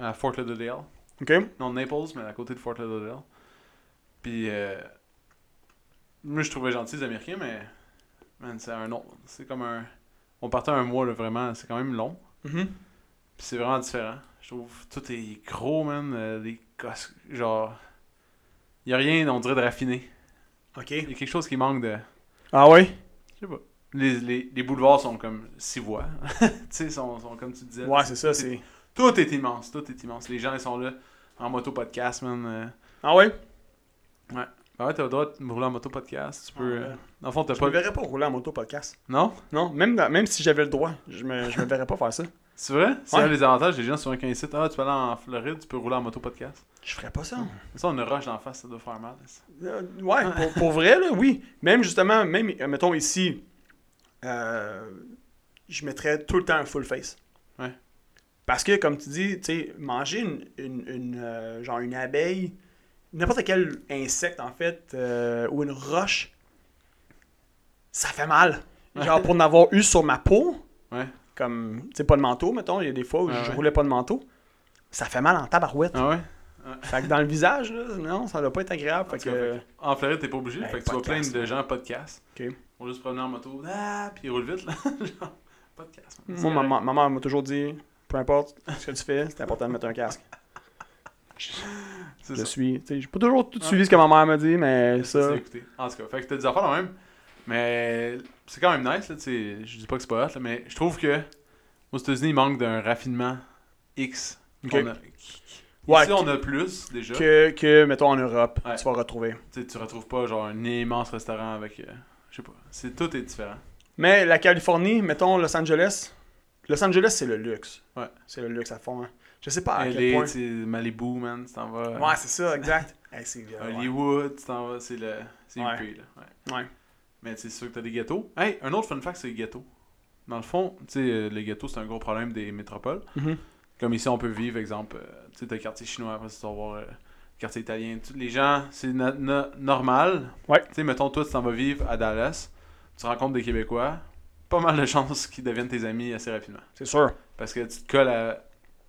À Fort Lauderdale. Ok. Non, Naples, mais à côté de Fort Lauderdale. Puis, euh, moi, je trouvais gentil les Américains, mais, man, c'est un autre. C'est comme un. On partait un mois, là, vraiment. C'est quand même long. Mhm. Puis, c'est vraiment différent. Je trouve tout est gros, man. euh, les cos- Genre. Il a rien, on dirait, de raffiné. Ok. Il y a quelque chose qui manque de. Ah ouais? Je sais pas. Les, les, les boulevards sont comme six voies. tu sais, sont, sont comme tu disais. Ouais, c'est ça, c'est. Tout est immense, tout est immense. Les gens, ils sont là en moto podcast, man. euh, Ah ouais? Ah ouais, t'as le droit de me rouler en moto podcast. Tu peux. Ah ouais. euh, Dans le fond, t'as Je me pas. verrais pas rouler en moto podcast. Non Non, même, dans- même si j'avais le droit, je me, je me verrais pas faire ça. C'est vrai C'est Ouais. un des avantages. Les gens, souvent, quand ils citent, ah, tu peux aller en Floride, tu peux rouler en moto podcast. Je ferais pas ça. Ça, on a rush d'en face, ça doit faire mal. ça. Euh, ouais, pour, pour vrai, là, oui. Même justement, même, euh, mettons ici, euh, je mettrais tout le temps un full face. Ouais. Parce que, comme tu dis, tu sais, manger une, une, une, euh, genre une abeille, n'importe quel insecte, en fait, euh, ou une roche, ça fait mal. Genre, pour en avoir eu sur ma peau, Ouais. comme, tu sais, pas de manteau, mettons, il y a des fois où Ouais, je ouais. roulais pas de manteau, ça fait mal en tabarouette. Ah ouais Fait que dans le visage, là, non, ça doit pas être agréable. En Fait tout cas, que... fait que- En Floride, t'es pas obligé. Ben, fait que tu vois plein podcast, de ouais. gens podcast. Ok. Ils vont juste se promener en moto. Ah, puis ils roulent vite, là. Genre, podcast. man. Moi, ma, ma- ma mère m'a toujours dit, peu importe ce que tu fais, c'est important de mettre un casque. C'est Je ça. suis, tu sais, j'ai pas toujours tout suivi ce que ma mère m'a dit, mais ça. C'est écouté. En tout cas, fait que t'as des affaires quand même. Mais c'est quand même nice, là, tu sais. Je dis pas que c'est pas hot, là, mais je trouve que aux États-Unis, il manque d'un raffinement X. Ok. qu'on a- qui- qui- Ouais, Ici, que- on a plus déjà. Que, que, mettons, en Europe, Ouais. tu vas retrouver. Tu sais, tu retrouves pas genre un immense restaurant avec. euh, je sais pas. C'est, tout est différent. Mais la Californie, mettons Los Angeles, Los Angeles, c'est le luxe. Ouais. C'est le luxe à fond. hein. Je sais pas à quel LA, point. tu sais, Malibu, man, tu t'en vas. Ouais, c'est ça, exact. Hey, c'est euh, bien, ouais. Hollywood, tu t'en vas. C'est le. C'est Ouais. UP, là. Ouais. Ouais. Mais tu sais, c'est sûr que t'as des gâteaux. Hey, un autre fun fact, c'est les gâteaux. Dans le fond, tu sais, euh, les gâteaux, c'est un gros problème des métropoles. Mhm. Comme ici, on peut vivre, exemple, euh, tu sais, t'as le quartier chinois, après ça, tu vas voir euh, le quartier italien. Tous les gens, c'est na- na- normal. Ouais. Tu sais, mettons, toi, tu t'en vas vivre à Dallas, tu rencontres des Québécois, pas mal de chances qu'ils deviennent tes amis assez rapidement. C'est sûr, Parce que tu te colles à,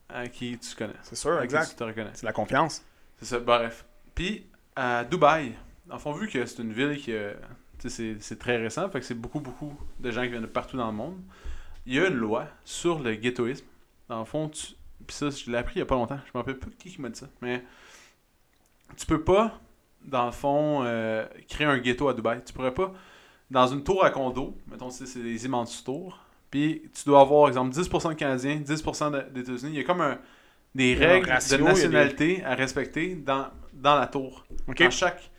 à qui tu connais. c'est sûr, à qui exact. tu te reconnais. C'est de la confiance. C'est ça, bref. Puis, à Dubaï, en fond, vu que c'est une ville qui. euh, tu sais, c'est- c'est très récent, fait que c'est beaucoup, beaucoup de gens qui viennent de partout dans le monde. Il y a une loi sur le ghettoïsme. Dans le fond, tu. Puis ça, je l'ai appris il y a pas longtemps. Je me rappelle pas qui, qui m'a dit ça. Mais. Tu peux pas, dans le fond, euh, créer un ghetto à Dubaï. Tu pourrais pas. Dans une tour à condo, mettons, c'est c'est des immenses tours. Puis tu dois avoir, exemple, 10% de Canadiens, 10% de- des États-Unis. Il y a comme un- des Il y a un règles ratio, il de y a des- nationalité à respecter dans, dans la tour. Ok. Dans chaque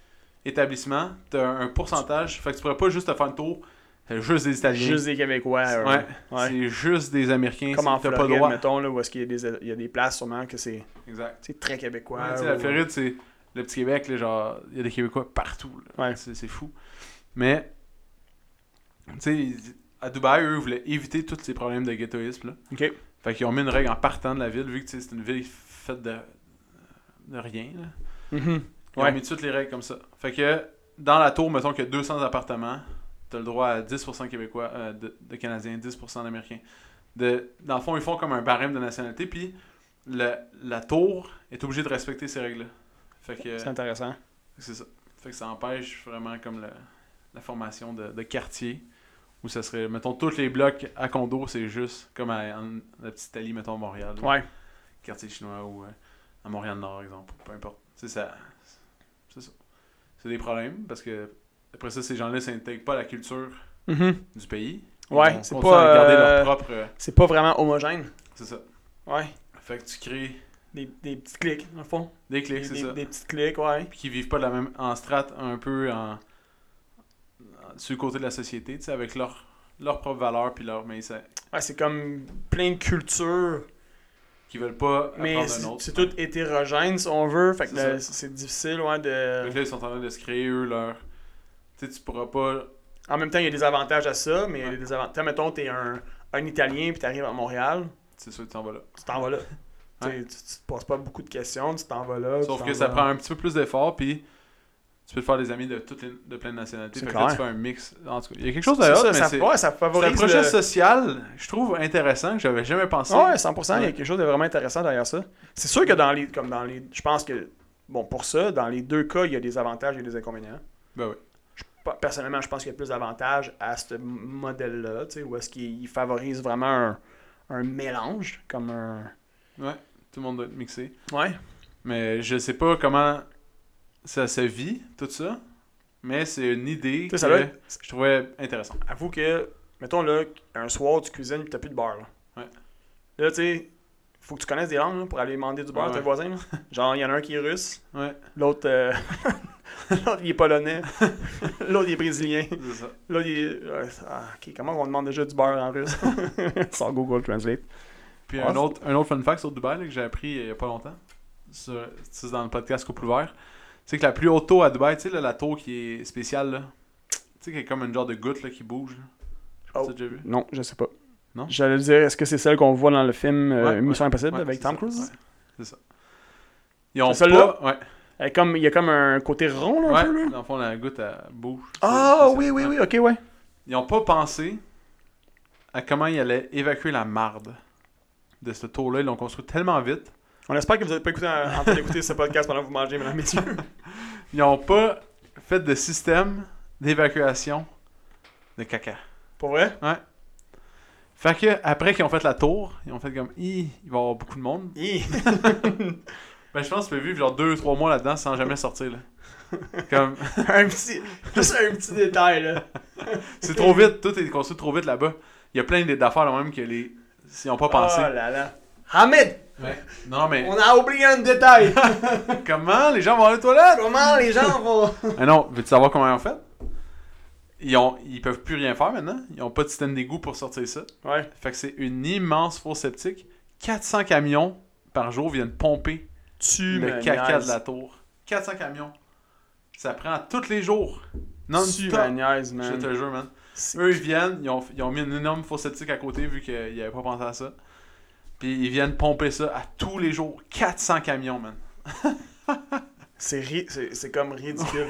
établissement, tu as un pourcentage. Fait que tu pourrais pas juste te faire une tour, c'est juste des Italiens. Juste des Québécois. euh, Ouais, ouais. C'est juste des Américains. Comme en t'as pas le Floride, droit. mettons, là, où est-ce qu'il y a des, il y a des places sûrement que c'est Exact. c'est très québécois. Ouais, tu sais, la ou- Floride, c'est le petit Québec, là, genre, il y a des Québécois partout. là. Ouais. C'est c'est fou. Mais, tu sais, ils- à Dubaï, eux, voulaient éviter tous ces problèmes de ghettoïsme. Là. Ok. Fait qu'ils ont mis une règle en partant de la ville, vu que tu sais, c'est une ville faite de, de rien. Là. Mhm. Ils Ouais. ont mis toutes les règles comme ça. Fait que dans la tour, mettons qu'il y a 200 appartements, t'as le droit à 10% québécois, euh, de, de Canadiens, 10% d'Américains. De, dans le fond, ils font comme un barème de nationalité, puis le- la tour est obligée de respecter ces règles-là. Fait que C'est intéressant. c'est ça. Fait que ça empêche vraiment comme le- la formation de, de quartier où ça serait, mettons, tous les blocs à condo, c'est juste comme à, en- la petite Italie, mettons, Montréal. ou Ouais. quartier chinois ou euh, à Montréal-Nord, exemple, peu importe. C'est ça. C'est ça. C'est des problèmes parce que après ça, ces gens-là s'intègrent pas à la culture Mhm. du pays. Ils Ouais, vont c'est continuer pas, à garder euh, leur propre. euh, C'est pas vraiment homogène. C'est ça. Ouais. Fait que tu crées Des, des petits clics, dans le fond. des clics, Des, c'est des- ça. des petits clics, ouais. Puis qui vivent pas de la même. en strate un peu en. en- sur le côté de la société, tu sais, avec leur, leur propre valeur, puis leur. mais ça- Ouais, c'est comme plein de cultures, qui veulent pas mais apprendre c'est un autre. c'est tout hétérogène si on veut. Fait que C'est le- c'est difficile, ouais, de. Fait que là, ils sont en train de se créer, eux, leur. Tu sais, tu pourras pas. En même temps, il y a des avantages à ça, mais il y a Ouais. des désavantages. Mettons, t'es un, un Italien puis t'arrives à Montréal, C'est sûr que tu t'en vas là. tu t'en vas là. Tu sais, Tu, tu te poses pas beaucoup de questions, tu t'en vas là. Sauf tu que t'en ça vas- prend un petit peu plus d'effort, puis tu peux te faire des amis de, toutes les, de plein de nationalités. C'est Fait que là, clair. tu fais un mix. En tout cas, il y a quelque chose C'est d'ailleurs, mais ça, c'est. ça, ouais, ça C'est un favorise. projet le- social, je trouve intéressant, que j'avais jamais pensé. Ah ouais, 100%, il y a Ouais. quelque chose de vraiment intéressant derrière ça. C'est sûr que dans les. Comme dans les. Je pense que. Bon, pour ça, dans les deux cas, il y a des avantages et des inconvénients. Ben oui. Je- pa- Personnellement, je pense qu'il y a plus d'avantages à ce m- modèle-là, tu sais, où est-ce qu'il favorise vraiment un, un mélange, comme un. Tout le monde doit être mixé. Ouais. Mais je sais pas comment ça se vit, tout ça. Mais c'est une idée Tu sais, que ça doit être- je trouvais intéressante. Avoue que, mettons là, un soir, tu cuisines et t'as plus de beurre. Là, Ouais. Là, tu sais, faut que tu connaisses des langues là, pour aller demander du beurre à Ouais, tes ouais. voisins. là. Genre, il y en a un qui est russe, Ouais, l'autre euh, l'autre, il est polonais, l'autre il est brésilien, c'est ça. l'autre il est. ouais, ah, ok, comment on demande déjà du beurre en russe Sans Google Translate. Puis Ouais, un, Ah, c'est- autre, un autre fun fact sur Dubaï là, que j'ai appris euh, il y a pas longtemps, sur- c'est dans le podcast Couple ouvert, c'est que la plus haute tour à Dubaï, tu sais, là, la tour qui est spéciale, là, tu sais, qui est comme une genre de goutte là, qui bouge. là. Je sais pas Oh. si t'as déjà vu. Non, je sais pas. Non? J'allais dire, est-ce que c'est celle qu'on voit dans le film euh, Ouais, Mission ouais, Impossible ouais, avec c'est Tom ça, Cruise ouais, c'est ça. Ils ont C'est celle-là? pas- Ouais, Elle est Euh, comme- Il y a comme un côté rond, là, un peu, là. ouais dans le fond, la goutte, elle bouge. C'est- Ah c'est ça. oui, oui, oui, Ouais. ok, ouais. Ils ont pas pensé à comment ils allaient évacuer la marde de ce tour-là. Ils l'ont construit tellement vite On espère que vous n'avez pas écouté en en train d'écouter ce podcast pendant que vous mangez, mesdames et messieurs. Ils n'ont pas fait de système d'évacuation de caca. Pour vrai? Fait que après qu'ils ont fait la tour, ils ont fait comme Hi, il va y avoir beaucoup de monde. Hi. Ben je pense que tu peux vivre genre deux trois mois là-dedans sans jamais sortir là. Comme un petit. Juste un petit détail, là. c'est trop vite, tout est construit trop vite là-bas. Il y a plein d'affaires là même que les s'ils ont pas pensé. Oh là là. Hamid, Non mais on a oublié un détail. comment les gens vont aller aux toilettes Comment les gens vont. Ah non, veux-tu savoir comment ils ont fait Ils ont ils peuvent plus rien faire maintenant, ils ont pas de système d'égout pour sortir ça. Ouais. Fait que c'est une immense fosse septique. 400 camions par jour viennent pomper Tu le caca de la tour. 400 camions. Ça prend tous les jours. Non, Tu me niaises, Je man. te jure, man. C'est- Eux, ils viennent, ils ont, ils ont mis une énorme fosse septique à côté vu qu'ils n'avaient pas pensé à ça. Puis ils viennent pomper ça à tous les jours. 400 camions, man. C'est ri- c'est- c'est comme ridicule.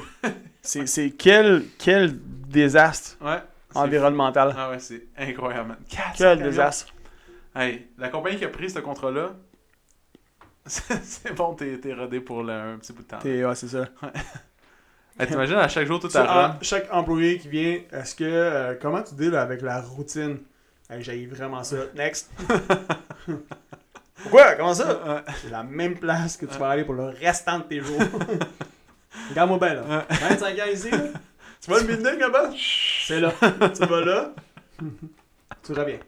c'est c'est quel, quel désastre Ouais. c'est- environnemental. Ah ouais, c'est incroyable, man. 400 Quel camions. désastre. Hey, la compagnie qui a pris ce contrat-là, c'est c'est bon, t'es t'es rodé pour le- un petit bout de temps. T'es- ouais, c'est ça. Hey, T'imagines à chaque jour toute Tu- ta à run. chaque employé qui vient, est-ce que. euh, comment tu deals avec la routine Hey, J'ai vraiment ça. Next. Pourquoi? Comment ça? Ouais. C'est la même place que tu vas aller pour le restant de tes jours. Regarde-moi bien, là. 25 ans ici, là. Tu vois le building là-bas? C'est là. tu vas là? Tu reviens.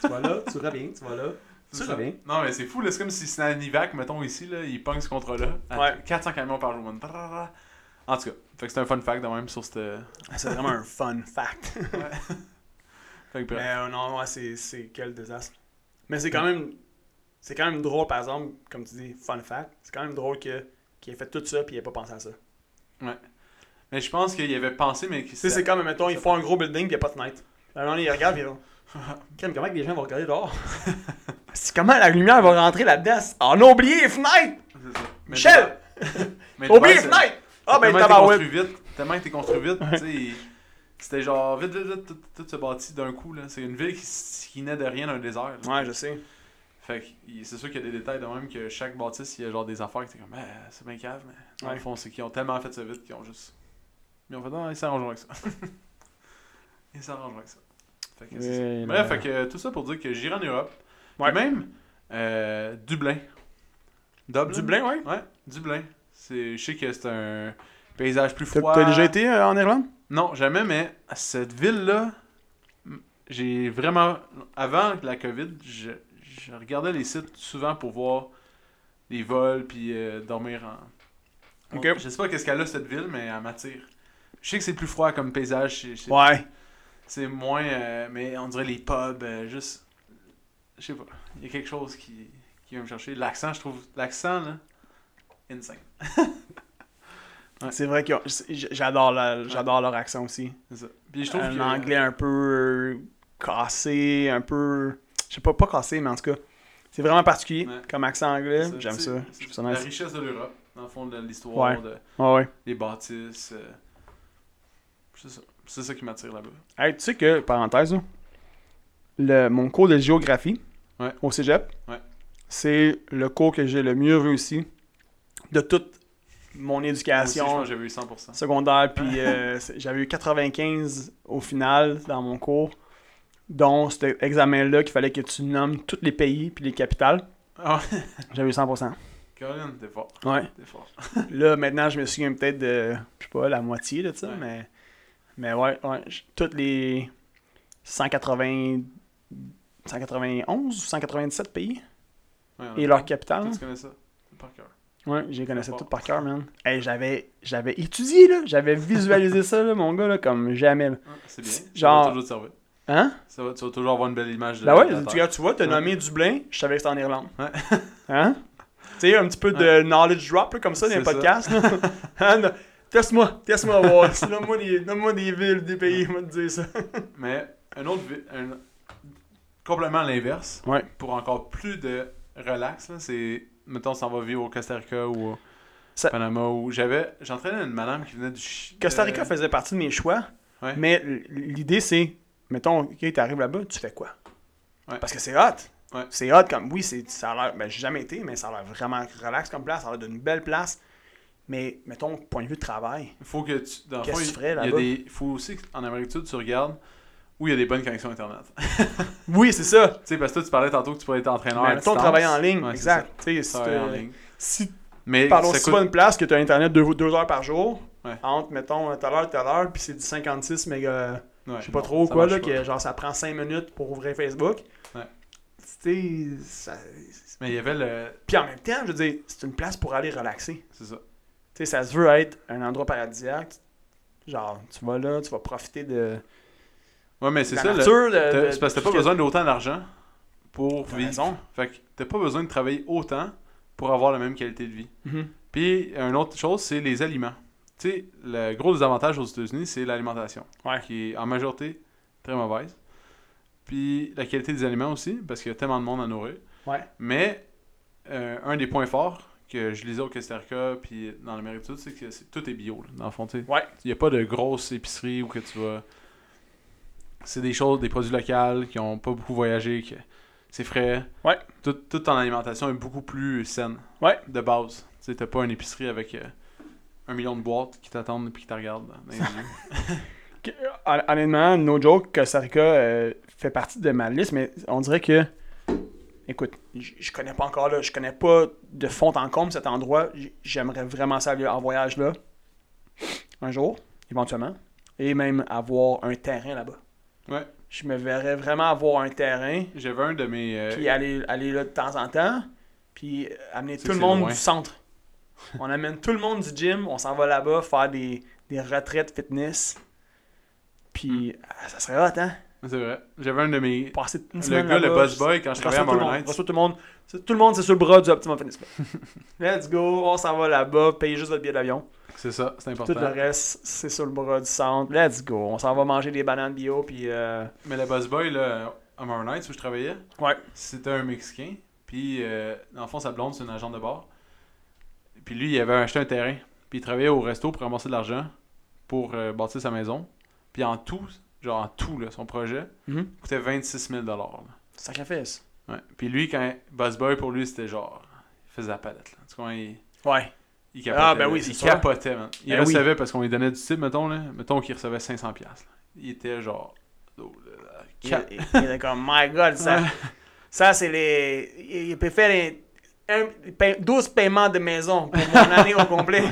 Tu vas là, tu reviens, tu vas là. Tu C'est ça. reviens. Non, mais c'est fou, là. C'est comme si Sinanivac, mettons ici, là, il pogne ce contrat-là. à Ouais. 400 camions par jour. man. Brrrra. En tout cas, fait que c'est un fun fact de même sur cette. euh, Fait C'est vraiment un fun fact. que bref. Mais euh, non, ouais, c'est, c'est quel désastre. Mais c'est quand même c'est quand même drôle, par exemple, comme tu dis, fun fact. C'est quand même drôle que, qu'il ait fait tout ça puis il ait pas pensé à ça. Tu Mais je pense qu'il avait pensé, mais qu'il sais, c'est comme, mettons, ils font un gros building puis il n'y a pas de fenêtre. À un moment donné, ils regardent puis ils vont. Crème, comment que les gens vont regarder dehors? c'est comment la lumière va rentrer là-dedans? Ah, on a oublié les fenêtres! C'est ça. Mais Michel! Dubaï- mais Dubaï, Oublié les c'est- fenêtres! Ah, ben, tellement été tabarouette! construit vite. Tellement été construit vite, tu sais. il- C'était genre, vite, vite, vite, tout, tout se bâtit d'un coup. là. C'est une ville qui, s- qui naît de rien d'un désert. là. Ouais, je sais. Fait que il- c'est sûr qu'il y a des détails de même que chaque bâtisse, il y a genre des affaires qui étaient comme, Eh, c'est bien cave, mais dans Ouais. le fond, c'est qu'ils ont tellement fait ça vite qu'ils ont juste. Ils ont fait, non, ils s'arrangent avec ça. ils s'arrangent avec ça. Fait que c'est ça. Oui, Bref, là. fait que euh, tout ça pour dire que j'irai en Europe. Ouais. Puis même euh, Dublin. Dublin. Dublin, ouais. Ouais, Dublin. C'est, je sais que c'est un paysage plus T'as froid. t'as déjà été euh, en Irlande? Non, jamais, mais cette ville-là, m- j'ai vraiment. Avant la COVID, je, je regardais les sites souvent pour voir les vols puis euh, dormir en. Ok. Je sais pas qu'est-ce qu'elle a cette ville, mais elle m'attire. Je sais que c'est plus froid comme paysage. c'est- c'est- Ouais. C'est moins. euh, mais on dirait les pubs, euh, juste. Je sais pas. Il y a quelque chose qui, qui vient me chercher. L'accent, je trouve. L'accent, là. Insane. Ouais. C'est vrai que j'adore la- j'adore leur accent aussi. C'est ça. Puis je trouve Un que- anglais un peu euh, cassé, un peu. Je sais pas, pas cassé, mais en tout cas. C'est vraiment particulier Ouais. comme accent anglais. C'est- J'aime c'est- ça. c'est Je trouve ça La nice. richesse de l'Europe, dans le fond, de l'histoire, Ouais. de- Ouais, ouais. des bâtisses. euh, c'est ça. C'est ça qui m'attire là-bas. Hey, tu sais que, parenthèse, là, le, mon cours de géographie Ouais. au cégep, Ouais. c'est le cours que j'ai le mieux réussi de toute mon Moi aussi, je pense éducation que j'avais eu 100%. secondaire. Puis euh, c'est- j'avais eu 95 au final dans mon cours, dont cet examen-là qu'il fallait que tu nommes tous les pays puis les capitales. Ah, J'avais eu 100%. Caroline, t'es fort. Ouais. T'es fort. Là, maintenant, je me souviens peut-être de, je sais pas, la moitié de ça, Ouais. mais, mais ouais, ouais, j- toutes les 180, 191 ou 197 pays Ouais, on a- et leur capitale. Toi, Tu connais ça par cœur. Ouais, j'ai connaissais fort. tout par cœur, man. Hey, j'avais, j'avais étudié, là, j'avais visualisé ça, là, mon gars, là, comme jamais. là. Ah, C'est bien. Genre- Ça va toujours te servir. Hein? Ça va, tu vas toujours avoir une belle image de Bah ouais, de la tu, Terre. regardes, tu vois, t'as Ouais. nommé Dublin, je savais que c'était en Irlande. Ouais. Hein? Tu sais, un petit peu de knowledge drop, là, comme ça, dans les C'est ça. podcasts. là. Hein, non. Teste-moi, teste-moi, voir. Nomme-moi des, nomme-moi des villes, des pays, on va te dire ça. Mais un autre. vi- Un... Complètement l'inverse. Ouais. Pour encore plus de relax, là, c'est. Mettons, ça va vivre au Costa Rica ou au Ça- Panama. Ou... J'avais... J'entraînais une madame qui venait du. Chi- Costa Rica euh, faisait partie de mes choix, Ouais. mais l- l'idée c'est, mettons, ok, t'arrives là-bas, tu fais quoi? Ouais. Parce que c'est hot. Ouais. C'est hot comme, oui, c'est, ça a l'air, ben j'ai jamais été, mais ça a l'air vraiment relax comme place, ça a l'air d'une belle place. Mais, mettons, point de vue de travail, Il faut que tu. Dans le Qu'est-ce fond, que tu il- ferais il y a là-bas? des- faut aussi qu'en Amérique du Sud, tu regardes où il y a des bonnes connexions Internet. tu oui, c'est ça. sais, parce que toi, tu parlais tantôt que tu pourrais être entraîneur. mais à mettons, distance. travailler en ligne, Ouais, c'est exact. euh, Tu sais, ça, si travailler t'as- en ligne. Si Mais parlons ça si coûte- bonne place que tu as Internet deux, deux heures par jour, Ouais. entre, mettons, tout à l'heure, tout à l'heure, puis c'est du 56 mégas. Ouais, je sais pas non, trop ça quoi, marche là, pas. que genre ça prend 5 minutes pour ouvrir Facebook. Ouais. Tu sais, ça- Mais il y avait le. Puis en même temps, je veux dire, c'est une place pour aller relaxer. C'est ça. Tu sais, ça se veut être un endroit paradisiaque. Genre, tu vas là, tu vas profiter de Ouais, mais c'est de la ça. le- nature. de- t'as- de- C'est parce que t'as de- pas besoin d'autant d'argent pour T'as vivre. raison. Fait que t'as pas besoin de travailler autant pour avoir la même qualité de vie. Mhm. Puis, une autre chose, c'est les aliments. Tu sais, le gros désavantage aux États-Unis, c'est l'alimentation, Ouais. qui est en majorité très mauvaise. Puis, la qualité des aliments aussi, parce qu'il y a tellement de monde à nourrir. Ouais. Mais, euh, un des points forts que je lisais au Costa Rica, puis dans l'Amérique du Sud, c'est que c'est- tout est bio, là, dans le fond. tu sais. Ouais. Il n'y a pas de grosse épicerie où que tu vas. C'est des choses, des produits locaux qui ont pas beaucoup voyagé, que c'est frais. Ouais. Tout, toute ton alimentation est beaucoup plus saine. Ouais. De base. Tu sais, t'as pas une épicerie avec euh, un million de boîtes qui t'attendent et qui te regardent dans les yeux. Que- hon- Honnêtement, no joke, Costa Rica euh, fait partie de ma liste, mais on dirait que. Écoute, j- je connais pas encore là, je connais pas de fond en comble cet endroit. J- J'aimerais vraiment ça aller en voyage là, un jour, éventuellement, et même avoir un terrain là-bas. Ouais. Je me verrais vraiment avoir un terrain, J'avais un de mes. euh, puis aller, aller là de temps en temps, puis euh, amener C'est tout le que c'est monde loin. du centre. on amène tout le monde du gym, on s'en va là-bas faire des, des retraites fitness. Puis Hmm. ah, ça serait hot, hein? C'est vrai. J'avais un de mes. Passer une Le semaine gars, le là-bas, boss boy, quand je travaillais à reçois tout le Montréal monde. reçois tout le monde. C'est- Tout le monde, c'est sur le bras du Optimum Fitness Club. Let's go, on s'en va là-bas, payez juste votre billet d'avion. c'est ça, c'est Tout le important. reste, c'est sur le bras du centre. Let's go, on s'en va manger des bananes bio, puis... euh, Mais le boss boy, là, à Mountain Nights, où je travaillais, Ouais. c'était un Mexicain. Puis, euh, dans le fond, sa blonde, c'est une agent de bar. Puis lui, il avait acheté un terrain. Puis il travaillait au resto pour ramasser de l'argent pour euh, bâtir sa maison. Puis en tout, genre en tout, là, son projet, Mhm. coûtait 26 000 là. Sacrifice. Ouais. Puis lui, quand Buzz Boy, pour lui, c'était genre, il faisait la palette. Là. Tu comprends? Il, Ouais. il capotait. Ah, ben là. oui, c'est Il sûr. capotait, man. Il Ben oui. recevait, parce qu'on lui donnait du type, mettons, là. Mettons qu'il recevait 500 piastres. là. Il était genre. oh, là, là, Il, cap- il- il était comme, my god, ça, ça c'est les. Il il peut faire les- un- pa- 12 paiements de maison pour mon année au complet.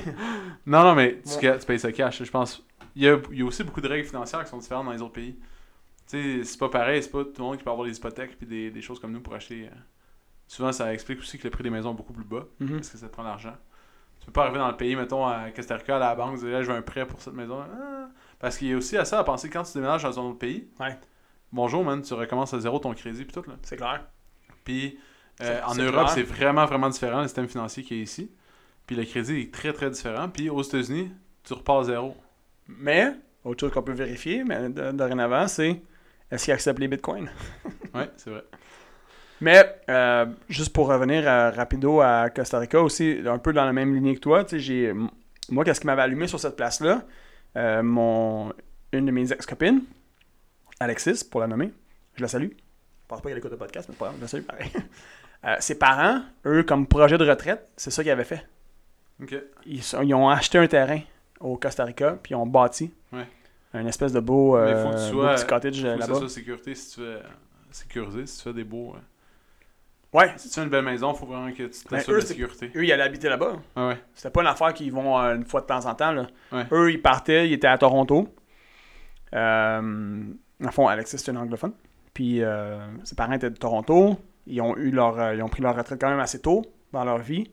Non, non, mais tu, Bon. ca- tu payes ça cash. Je pense. Il y, a, il y a aussi beaucoup de règles financières qui sont différentes dans les autres pays. Tu sais, c'est pas pareil. C'est pas tout le monde qui peut avoir des hypothèques puis des, des choses comme nous pour acheter. euh. Souvent, ça explique aussi que le prix des maisons est beaucoup plus bas Mm. parce que ça te prend de l'argent. Tu peux pas arriver dans le pays, mettons, à Costa Rica, à la banque, dire là, je veux un prêt pour cette maison. Ah. Parce qu'il y a aussi à ça à penser quand tu déménages dans un autre pays. Ouais. Bonjour, man, tu recommences à zéro ton crédit puis tout. Là. C'est clair. Puis euh, C'est- en c'est Europe, clair. c'est vraiment, vraiment différent le système financier qui est ici. Puis le crédit est très, très différent. Puis aux États-Unis, tu repars à zéro. Mais, autre chose qu'on peut vérifier mais de- dorénavant, c'est est-ce qu'il accepte les bitcoins? Ouais, c'est vrai. Mais, euh, juste pour revenir euh, rapido à Costa Rica aussi, un peu dans la même lignée que toi, tu sais, j'ai, m- moi, qu'est-ce qui m'avait allumé sur cette place-là? Euh, mon, une de mes ex-copines, Alexis, pour la nommer, je la salue. Je pense pas qu'elle écoute le podcast, mais c'est pas grave, je la salue pareil. Euh, ses parents, eux, comme projet de retraite, c'est ça qu'ils avaient fait. Ok. Ils, sont- ils ont acheté un terrain au Costa Rica, puis ils ont bâti Ouais. un espèce de beau, Mais euh, faut que tu beau sois- petit cottage euh, Faut que ça là-bas. soit sécurité si tu fais sécuriser, si tu fais des beaux. euh, Ouais, Si tu fais une belle maison, faut vraiment que tu Mais Ben, t'assures eux, de c'est- sécurité. eux, ils allaient habiter là-bas. Ouais, ouais. C'était pas une affaire qu'ils vont euh, une fois de temps en temps. Là. Ouais. Eux, ils partaient, ils étaient à Toronto. Euh, en fond, Alexis, c'est un anglophone. Puis euh, ses parents étaient de Toronto. Ils ont, eu leur, euh, ils ont pris leur retraite quand même assez tôt dans leur vie.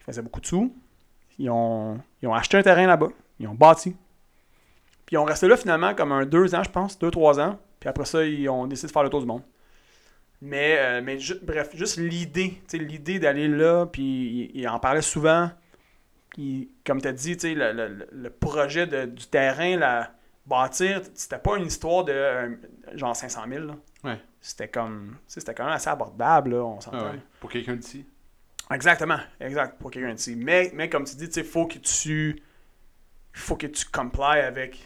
Ils faisaient beaucoup de sous. Ils ont, ils ont acheté un terrain là-bas. Ils ont bâti. Puis ils ont resté là finalement comme un deux ans, je pense, deux, trois ans. Puis après ça, ils ont décidé de faire le tour du monde. Mais, euh, mais ju- bref, juste l'idée, tu sais, l'idée d'aller là, puis ils, ils en parlaient souvent. Puis, comme tu as dit, tu sais, le, le- le projet de- du terrain, la bâtir, c'était pas une histoire de euh, genre 500 000. là. Ouais. C'était comme, tu sais, c'était quand même assez abordable, là, on s'entend. Ah ouais. Pour quelqu'un d'ici. Exactement, exact, pour quelqu'un d'ici. Mais, mais comme tu dis, il faut que tu faut que tu complies avec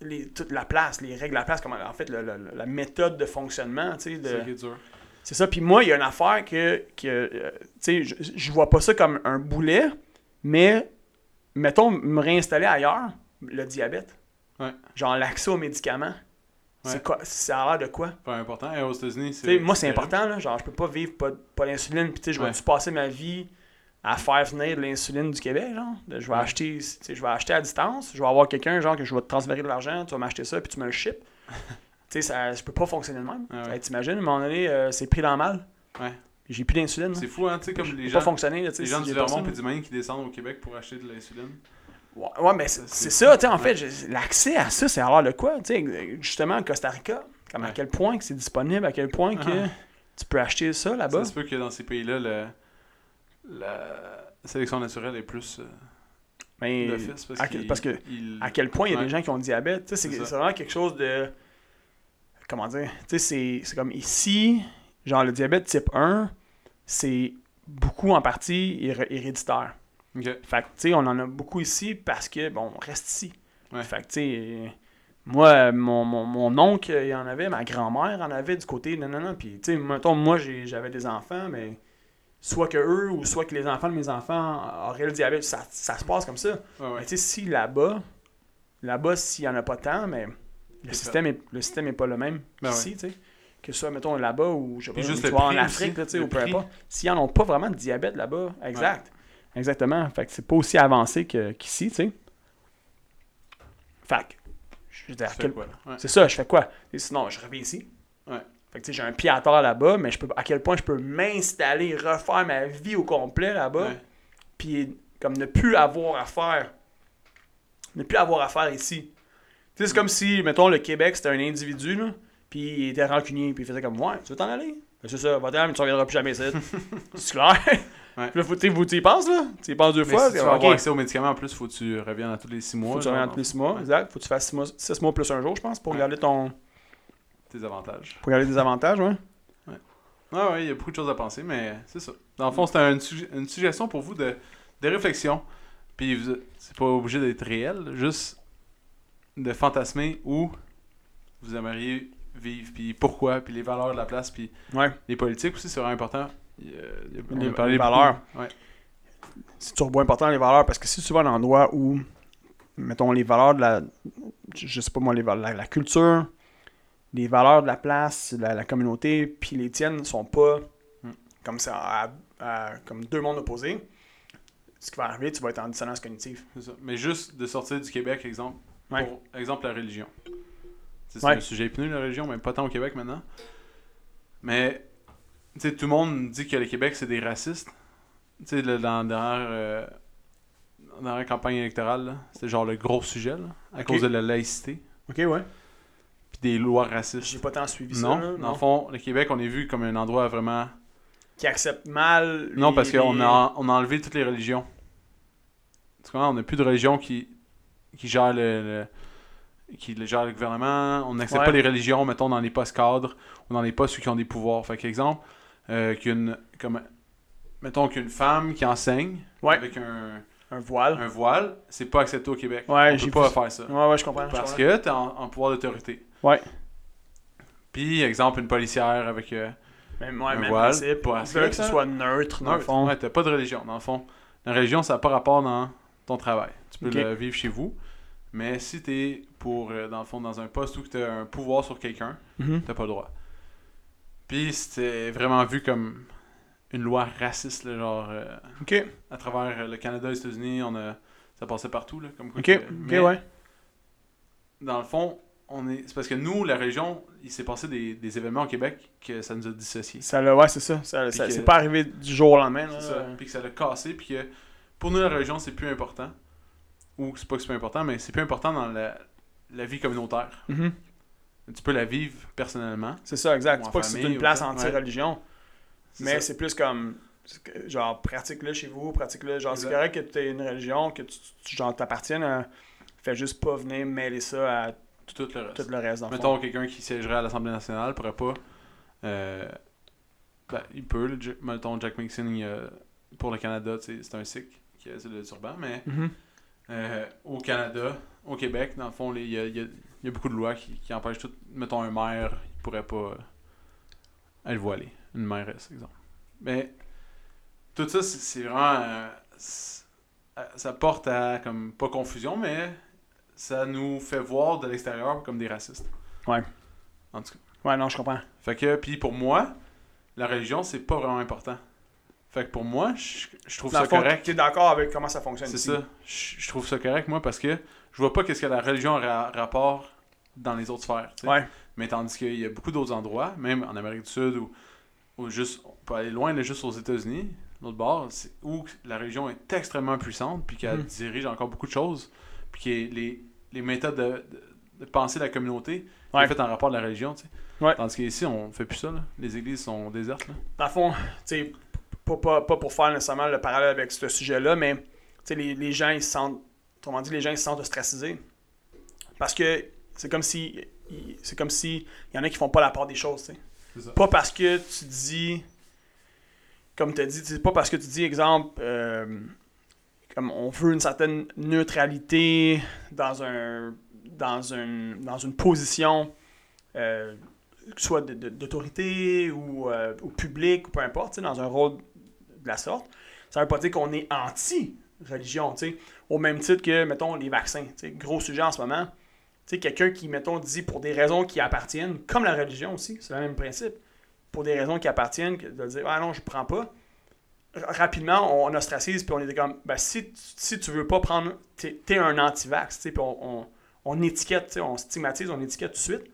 les, toute la place, les règles de la place, comment, en fait, le- le- la méthode de fonctionnement. tu sais, de- C'est ça qui est dur. C'est ça. Puis moi, il y a une affaire que, que euh, tu sais, je, je vois pas ça comme un boulet, mais mettons, me réinstaller ailleurs, le diabète. Ouais. Genre l'accès aux médicaments. Ouais. C'est quoi, ça a l'air de quoi? Pas important. Et aux États-Unis, Tu sais, moi, c'est terrible. important. Là, genre, je peux pas vivre pas, pas d'insuline. Puis, tu sais, je euh, Ouais. vais-tu passer ma vie à faire venir de l'insuline du Québec? Genre? De- Je vais, Ouais. acheter, tu sais, je vais acheter à distance. Je vais avoir quelqu'un genre que je vais te transférer de l'argent. Tu vas m'acheter ça, puis tu me le ship. tu sais, ça- je peux pas fonctionner de même. Ah ouais. Hey, T'imagines, à un moment donné, euh, c'est pris dans le mal. Ouais. J'ai plus d'insuline. C'est fou, hein, tu sais, comme les J'ai gens. pas fonctionné. Là, tu sais, Les si gens du j'ai pas ça, Vermont là. et du Maine qui descendent au Québec pour acheter de l'insuline. Ouais, ouais, mais c'est c'est ça, tu sais, en fait, j'ai- l'accès à ça, c'est alors le quoi, tu sais, justement, en Costa Rica, comme à Ouais. quel point que c'est disponible, à quel point que Ah. tu peux acheter ça là-bas. Ça se peut que dans ces pays-là, le- la sélection naturelle est plus euh, Mais- d'office. Parce, à que- qu'ils- parce que- ils- à quel point il y a Ouais. des gens qui ont le diabète. Tu sais, C'est C'est ça. c'est vraiment quelque chose de. Comment dire Tu sais, c'est- c'est comme ici, genre le diabète type 1, c'est beaucoup en partie hé- héréditaire. Ok. Fait que, tu sais, on en a beaucoup ici parce que, bon, on reste ici. Ouais. Fait que, tu sais, moi, mon, mon, mon oncle, il en avait, ma grand-mère en avait du côté, non, non, non. Puis, tu sais, mettons, moi, j'ai- j'avais des enfants, mais soit que eux ou soit que les enfants de mes enfants auraient le diabète, ça, ça se passe comme ça. Ouais, ouais. Mais tu sais, si là-bas, là-bas, s'il n'y en a pas tant, mais le C'est système, est, le système est pas le même Ben ici, tu sais. Que ce soit, mettons, là-bas ou je sais Puis pas, juste tu le vois, en prix Afrique, aussi, là, tu sais, le ou peu prix. importe. S'ils n'en ont pas vraiment de diabète là-bas, exact. Exactement. Fait que c'est pas aussi avancé que- qu'ici, tu sais. Fait que, je veux dire, Tu à fais quel- quoi, là? Ouais. c'est ça, je fais quoi? Et sinon, je reviens ici. Ouais. Fait que tu sais, j'ai un pied à terre là-bas, mais je peux, à quel point je peux m'installer, refaire ma vie au complet là-bas Ouais. puis comme ne plus avoir à faire ne plus avoir à faire ici. Tu sais, c'est comme si, mettons, le Québec, c'était un individu, là, puis il était rancunier, puis il faisait comme, ouais, tu veux t'en aller? Ben, c'est ça, va-t'en, mais tu reviendras plus jamais ici. c'est clair? Ouais. Puis là, faut, tu sais, vous tu y penses, là? Tu y penses deux Mais fois, si tu puis, veux avoir ok, accès aux médicaments, en plus, faut que tu reviennes à tous les six mois. faut que tu genre, reviennes tous les six mois, Ouais. exact. Faut que tu fasses six mois, six mois plus un jour, je pense, pour Ouais. garder ton... Tes avantages. pour garder des avantages, ouais. Ah ouais, il y a beaucoup de choses à penser, mais c'est ça. Dans le fond, c'était une, sugge- une suggestion pour vous de, de réflexion. Puis vous- c'est pas obligé d'être réel, juste de fantasmer où vous aimeriez vivre, puis pourquoi, puis les valeurs de la place, puis Ouais. les politiques aussi, c'est vraiment important. Il y a- il y a- on Les- a parlé les beaucoup. valeurs. Ouais. c'est turbo important les valeurs parce que si tu vas à un endroit où, mettons, les valeurs de la. Je je sais pas moi, les valeurs, la, la culture, les valeurs de la place, la, la communauté, puis les tiennes sont pas hmm, Mm. comme ça, à- à- comme deux mondes opposés, ce qui va arriver, tu vas être en dissonance cognitive. C'est ça. Mais juste de sortir du Québec, exemple, Ouais. pour exemple la religion. Tu sais, C'est Ouais. un sujet épineux, la religion, mais pas tant au Québec maintenant. Mais, tu sais, tout le monde dit que le Québec, c'est des racistes. Tu sais, le- dans, dans, euh, dans la campagne électorale, là, c'était genre le gros sujet, là, à Ok. cause de la laïcité, Ok, ouais. puis des lois J'ai racistes. pas tant suivi ça. Non, là, dans le fond, le Québec, on est vu comme un endroit vraiment... Qui accepte mal. Non, les- parce qu'on les- a, on a enlevé toutes les religions. Tu comprends? On n'a plus de religion qui, qui gère le, le- qui le gère le gouvernement. On n'accepte Ouais. pas les religions, mettons, dans les postes cadres ou dans les postes où qui ont des pouvoirs. Fait qu'exemple, euh, qu'une comme mettons qu'une femme qui enseigne Ouais. avec un, Un voile. un voile, c'est pas accepté au Québec. Ouais, on j'ai peut pas vu faire ça. Ouais, ouais, je comprends. je Parce comprends. que t'es en, en pouvoir d'autorité. Ouais. Puis, exemple, une policière avec... euh, Même, ouais, un même voile, principe. pas Ils assez, veulent que ce ça. soit neutre, dans le Ouais, fond. ouais, t'as pas de religion, dans le fond. La religion, ça n'a pas rapport dans ton travail. Tu peux Ok. le vivre chez vous. Mais si t'es pour, euh, dans le fond, dans un poste où t'as un pouvoir sur quelqu'un, Mhm. t'as pas le droit. Puis c'était vraiment vu comme une loi raciste, là, genre euh, Ok, à travers euh, le Canada, les États-Unis, on a ça passait partout, là, comme quoi ok, que- ok, mais ouais. Dans le fond, on est, c'est parce que nous, la religion, il s'est passé des, des événements au Québec que ça nous a dissociés. Ça l'a- ouais, c'est ça. ça, Puis ça- que- C'est pas arrivé du jour au lendemain. là. C'est ça. Puis que ça l'a cassé. Puis que pour nous, la religion, c'est plus important. Ou c'est pas que c'est plus important, mais c'est plus important dans la, la vie communautaire. Mhm. Tu peux la vivre personnellement. C'est ça, exact. Ou C'est en pas que c'est famille, une ou place ça, ouais. anti-religion, C'est mais ça. c'est plus comme, c'est que- genre, pratique-le chez vous, pratique-le. Genre, c'est Exact. correct que tu aies une religion, que tu, tu- genre, t'appartiennes à. Fais juste pas venir mêler ça à tout, tout le reste. tout le reste. Dans le fond. Mettons, quelqu'un qui siégerait à l'Assemblée nationale pourrait pas. euh, ben, il peut. le Jack- mettons, Jack Mixon, il, euh, pour le Canada, tu sais, c'est un sikh qui a le turban, mais. Mhm. Euh, au Canada, au Québec, dans le fond, les- il y a, il y a- il y a beaucoup de lois qui, qui empêchent tout. Mettons, un maire, il pourrait pas euh, être voilé. Une mairesse, exemple. Mais tout ça, c'est- c'est vraiment. euh, c'est- euh, ça porte à, comme, pas confusion, mais ça nous fait voir de l'extérieur comme des racistes. Ouais. En tout cas. Ouais, non, je comprends. Fait que, puis pour moi, la religion, c'est pas vraiment important. Fait que pour moi, je, je trouve Dans ça le fond, correct. t'es d'accord avec comment ça fonctionne. C'est ici. ça. Je je trouve ça correct, moi, parce que je vois pas qu'est-ce que la religion a ra- rapport dans les autres sphères. tu sais. Ouais. Mais tandis qu'il y a beaucoup d'autres endroits, même en Amérique du Sud ou, ou juste, on peut aller loin, là, juste aux États-Unis, l'autre bord, c'est où la religion est extrêmement puissante, puis qu'elle Mhm. dirige encore beaucoup de choses, puis que les, les méthodes de, de- de penser de la communauté Ouais. sont faites en rapport à la religion. tu sais. Ouais. Tandis qu'ici, on fait plus ça. là. Les églises sont désertes. là. Dans le fond, tu sais, pas, pas, pas pour faire nécessairement le parallèle avec ce sujet-là, mais tu sais, les, les gens, ils se sentent, autrement dit, les gens, ils se sentent ostracisés. Parce que c'est comme si, ils- c'est comme si, il y en a qui font pas la part des choses, tu sais. C'est ça. Pas parce que tu dis, comme tu as dit, tu sais, pas parce que tu dis, exemple, euh, comme on veut une certaine neutralité dans un dans une, dans une position euh, que ce soit de- de- d'autorité ou, euh, ou public ou peu importe, tu sais, dans un rôle de la sorte, ça veut pas dire qu'on est anti-religion, tu sais. au même titre que, mettons, les vaccins. tu sais, Gros sujet en ce moment. Tu sais, Quelqu'un qui, mettons, dit pour des raisons qui appartiennent, comme la religion aussi, c'est le même principe, pour des raisons qui appartiennent, que de dire « Ah non, je prends pas », R- rapidement, on, on ostracise, puis on était comme ben, si, tu- si tu veux pas prendre, t'es t'es un anti-vax, tu sais, puis on, on, on étiquette, tu sais, on stigmatise, on étiquette tout de suite.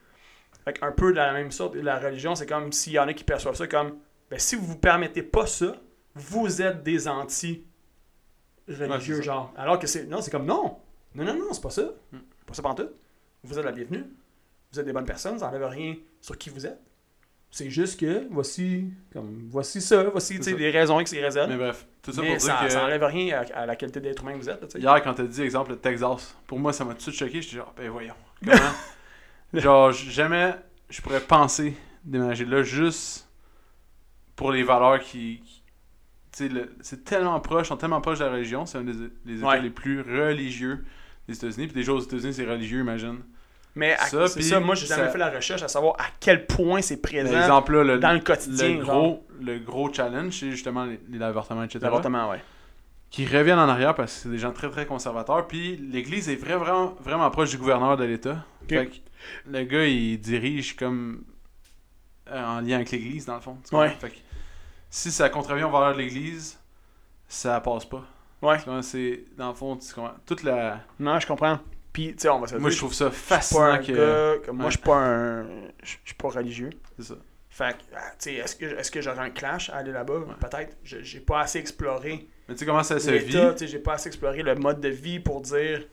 Fait qu'un peu de la même sorte, la religion, c'est comme s'il y en a qui perçoivent ça comme ben, si vous vous permettez pas ça, vous êtes des Ouais, c'est anti-religieux, ça. genre. Alors que c'est. Non, c'est comme non, non, non, non, c'est pas ça. Mm. Pas ça pantoute. Vous êtes la bienvenue. Vous êtes des bonnes personnes, ça n'enlève rien sur qui vous êtes. C'est juste que voici comme voici ça, voici tu sais, ça. des raisons X, Y, Z. Mais bref, tout ça Mais pour ça, dire que... ça enlève rien à, à la qualité d'être humain que vous êtes. là, tu sais. Hier, quand t'as dit exemple le Texas, pour moi, ça m'a tout de suite choqué. J'étais genre, ben voyons, comment Genre, j- jamais je pourrais penser déménager là juste pour les valeurs qui. qui- tu sais, le- c'est tellement proche, ils sont tellement proches de la religion. C'est un des les États Ouais. les plus religieux les États-Unis. Puis déjà aux États-Unis, c'est religieux, imagine. Mais à- Ça, c'est puis ça, moi, j'ai jamais ça- fait la recherche à savoir à quel point c'est présent L'exemple là, le, dans le quotidien. le genre. gros, le gros challenge, c'est justement les, les avortements, etc. L'avortement, ouais. Qui reviennent en arrière parce que c'est des gens très très conservateurs. Puis l'Église est vra- vraiment, vraiment proche du gouverneur de l'État. Ok. Fait que le gars, il dirige comme euh, en lien avec l'Église, dans le fond. tu Ouais. comprends? Fait que si ça contrevient aux valeurs de l'Église, ça passe pas. Ouais. Tu comprends? C'est, dans le fond, tu comprends? toute la. Non, je comprends. Puis, tu sais, on va se le Moi, dire, je trouve ça je suis pas un fascinant que. gars- que moi, ouais. je suis pas un. Je je suis pas religieux. C'est ça. Fait que, ah, tu sais, est-ce que, est que j'aurais un clash à aller là-bas Peut-être. Je- J'ai pas assez exploré Mais tu sais comment ça se vit? l'État, tu sais, j'ai pas assez exploré le mode de vie pour dire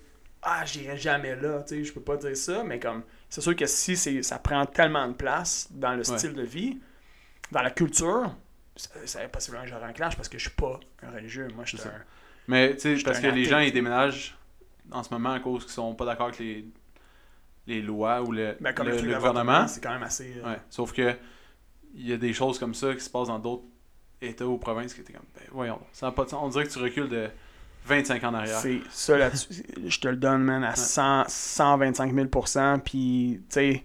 Ah, j'irai jamais là, tu sais, je peux pas dire ça, mais comme c'est sûr que si c'est- ça prend tellement de place dans le Ouais. style de vie, dans la culture, ça, ça est possiblement que j'aurai un clash parce que je suis pas un religieux. Moi, je suis C'est un. Mais tu sais, J'étais parce un que les athée, gens, tu ils sais. déménagent en ce moment à cause qu'ils sont pas d'accord avec les, les lois ou le, Ben, comme le- le, truc le de gouvernement. l'avortement, C'est quand même assez. euh, Ouais. Sauf que il y a des choses comme ça qui se passent dans d'autres États ou provinces qui étaient comme, ben voyons, ça n'a pas de sens. On dirait que tu recules de 25 ans en arrière. C'est ça là-dessus. je te le donne, man, à 100, 125 000 Puis, tu sais,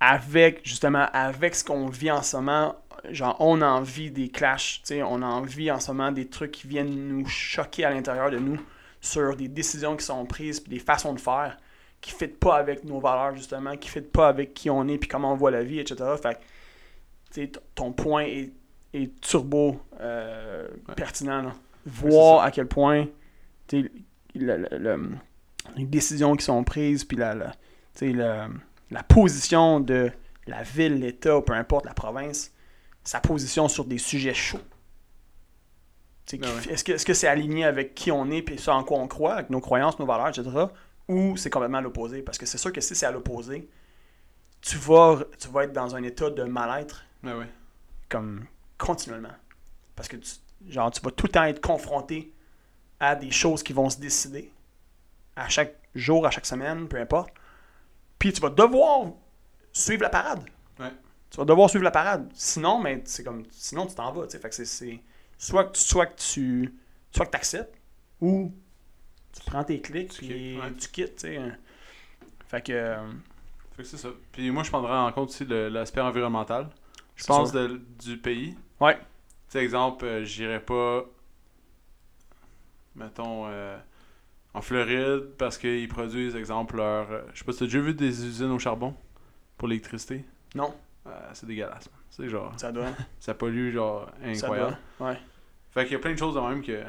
avec, justement, avec ce qu'on vit en ce moment, genre, on en vit des clashs. Tu sais, on en vit en ce moment des trucs qui viennent nous choquer à l'intérieur de nous sur des décisions qui sont prises, puis des façons de faire qui ne pas avec nos valeurs, justement, qui ne pas avec qui on est, puis comment on voit la vie, etc. Fait que, tu sais, t- ton point est, est turbo euh, Ouais. pertinent, là. c'est Voir à quel point tu sais, le- le- le- les décisions qui sont prises, puis la, la, tu sais, la- la position de la ville, l'État, ou peu importe la province, sa position sur des sujets chauds. Tu sais, Ah qui- Est-ce que est-ce que c'est aligné avec qui on est, puis ça en quoi on croit, avec nos croyances, nos valeurs, etc., ou c'est complètement à l'opposé? Parce que c'est sûr que si c'est à l'opposé, tu vas, tu vas être dans un état de mal-être Ben ouais. comme continuellement. Parce que tu, genre, tu vas tout le temps être confronté à des choses qui vont se décider à chaque jour, à chaque semaine, peu importe. Puis tu vas devoir suivre la parade. Ouais. Tu vas devoir suivre la parade. Sinon, mais c'est comme sinon tu t'en vas. tu sais. Fait que c'est- c'est soit que tu soit que tu soit que t'acceptes ou tu prends tes clics Tu et quittes, ouais. tu quittes. tu sais. Fait que euh, Fait que c'est ça. Puis moi, je prendrais en compte aussi le- l'aspect environnemental. Je C'est pense sûr. de- du pays. Ouais. Tu sais, exemple, euh, j'irais pas, mettons, euh, en Floride parce qu'ils produisent, exemple, leur. euh, je sais pas si t'as déjà vu des usines au charbon pour l'électricité. Non. Euh, c'est dégueulasse. man. C'est genre. ça doit. Ça pollue, genre, ça incroyable. doit. Ouais. Fait qu'il y a plein de choses de même que.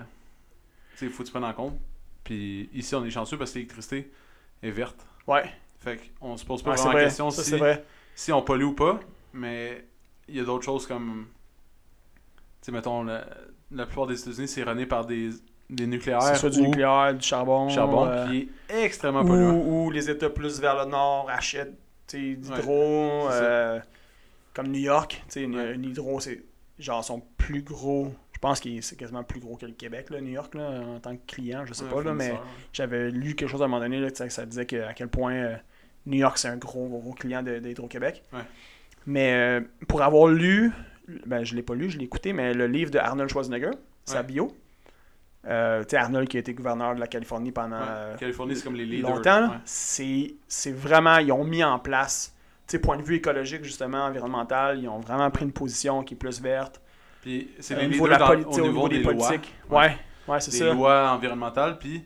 Tu sais, faut que tu prennes en compte. Puis ici, on est chanceux parce que l'électricité est verte. Ouais. Fait qu'on se pose pas Ouais, c'est vraiment vrai. la question Ça, si c'est vrai. si on pollue ou pas, mais il y a d'autres choses comme. Tu sais, mettons, la, la plupart des États-Unis, c'est runné par des, des nucléaires. C'est soit du ou nucléaire, du charbon. du charbon, euh, qui est extrêmement polluant. ou, ou les États plus vers le nord achètent tu sais, d'hydro. c'est ça. euh, comme New York, tu sais, une- Ouais. une hydro, c'est genre son plus gros. Je pense que c'est quasiment plus gros que le Québec, là, New York, là, en tant que client, je sais Un pas, là, mais fournisseur. j'avais lu quelque chose à un moment donné, là, tu sais, que ça disait que, à quel point euh, New York, c'est un gros, gros, gros client de- d'Hydro-Québec. Ouais. Mais euh, pour avoir lu, ben, je l'ai pas lu, je l'ai écouté, mais le livre de Arnold Schwarzenegger, sa Ouais. bio. Euh, tu sais, Arnold qui a été gouverneur de la Californie pendant Ouais, euh, Californie, c'est comme les leaders. longtemps. là. ouais. C'est c'est vraiment, ils ont mis en place, tu sais, point de vue écologique, justement, environnemental, ils ont vraiment pris une position qui est plus verte. Puis c'est Au les niveau leaders de la dans- politique, au niveau des, lois. politiques. Ouais, ouais, c'est Des ça. lois environnementales. Puis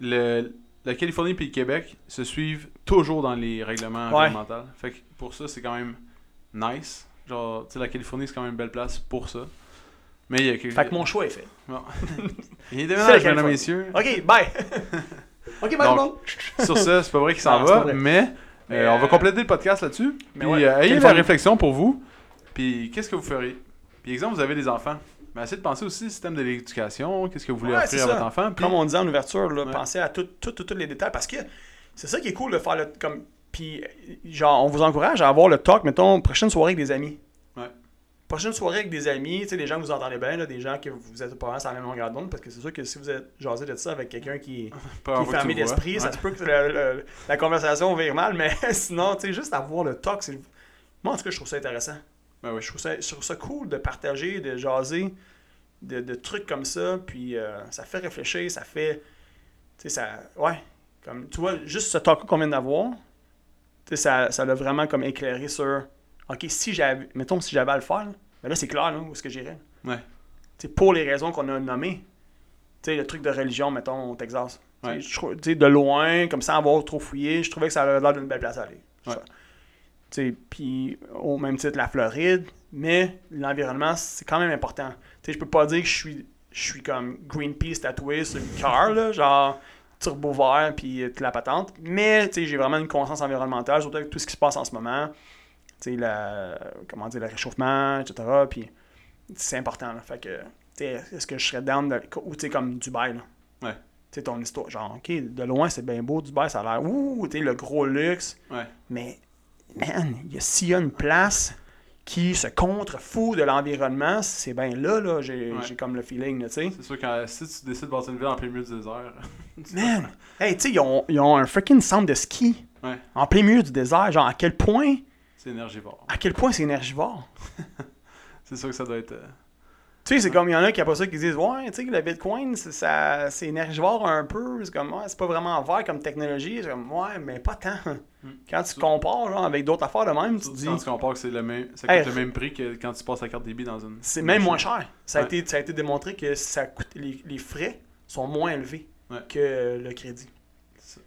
le, la Californie et le Québec se suivent toujours dans les règlements Ouais. environnementaux. Fait que pour ça, c'est quand même nice. Genre, tu sais, la Californie, c'est quand même une belle place pour ça. Mais il y a quelque Fait que mon choix est fait. Bon. Il C'est la déménage, mesdames Californie. et messieurs. OK, bye! Ok, Donc, bye, bon. Sur ce, c'est pas vrai qu'il s'en Non, c'est pas va, vrai. mais, Mais, euh, on va euh, compléter le podcast là-dessus. mais Puis ouais, euh, ayez la Californie. réflexion pour vous. Puis qu'est-ce que vous feriez Puis exemple, vous avez des enfants. Mais essayez de penser aussi au système de l'éducation, qu'est-ce que vous voulez Ouais, offrir c'est à ça. votre enfant. Puis, comme on disait en ouverture, là, Ouais. pensez à tous tout, tout, tous les détails parce que c'est ça qui est cool de faire le. Comme, puis, euh, genre, on vous encourage à avoir le talk, mettons, prochaine soirée avec des amis. Ouais. Prochaine soirée avec des amis, tu sais, des gens que vous entendez bien, là, des gens que vous êtes pas sur la même longueur d'onde, parce que c'est sûr que si vous êtes jasé de ça avec quelqu'un qui, pas qui est avoir Ah, que fermé tu le vois. d'esprit, ça Ouais. se peut que le- le- la conversation vire mal, mais sinon, tu sais, juste avoir le talk, c'est. Moi, en tout cas, je trouve ça intéressant. Ben oui, Je trouve, ça, je trouve ça cool de partager, de jaser, de, de trucs comme ça. Puis euh, ça fait réfléchir, ça fait. Tu sais, ça. Ouais. Comme, tu vois, juste ce talk qu'on vient d'avoir, tu sais, ça ça l'a vraiment comme éclairé sur OK, si j'avais, mettons, si j'avais à le faire, mais là, c'est clair là, où est-ce que j'irais. Ouais. Tu sais, pour les raisons qu'on a nommées. Tu sais, le truc de religion, mettons, au Texas. Tu sais, Ouais. je trou- tu sais, de loin, comme sans avoir trop fouillé, je trouvais que ça avait l'air d'une belle place à aller. Ouais. Tu sais, Puis au même titre, la Floride, mais l'environnement, c'est quand même important. Tu sais, Je peux pas dire que je suis, je suis comme Greenpeace tatoué sur le cœur, là, genre turbo vert, puis euh, toute la patente. Mais tu sais, j'ai vraiment une conscience environnementale, surtout avec tout ce qui se passe en ce moment. Tu sais, la- comment dire, le réchauffement, etc. Puis c'est important. Là. Fait que, tu sais, est-ce que je serais down de, ou tu sais, comme Dubaï, là? Ouais. Tu sais, ton histoire, genre, OK, de loin, c'est bien beau, Dubaï, ça a l'air, ouh, tu sais, le gros luxe. Ouais. Mais, man, il y a- s'il y a une place qui se contrefout de l'environnement, c'est bien là, là, j'ai Ouais. j'ai comme le feeling, là, tu sais. C'est sûr que si tu décides de bâtir une ville en plein milieu du désert. Man, hey, tu sais, ils ont, ils ont un freaking centre de ski Ouais. en plein milieu du désert, genre, à quel point, C'est énergivore. à quel point c'est énergivore. C'est sûr que ça doit être. euh, Tu sais, c'est comme il y en a qui après ça qui disent Ouais, tu sais, le Bitcoin, c'est, ça, c'est énergivore un peu. C'est comme, ouais, c'est pas vraiment vert comme technologie. C'est comme, ouais, mais pas tant. Quand tu Surtout- compares genre, avec d'autres affaires de même, tu Hmm. Surtout dis Quand tu compares que c'est le même, ça coûte Hey, le même prix que quand tu passes la carte débit dans une. C'est même moins cher. Ça a, Ouais. été, ça a été démontré que ça coûte, les, les frais sont moins élevés Ouais. que le crédit.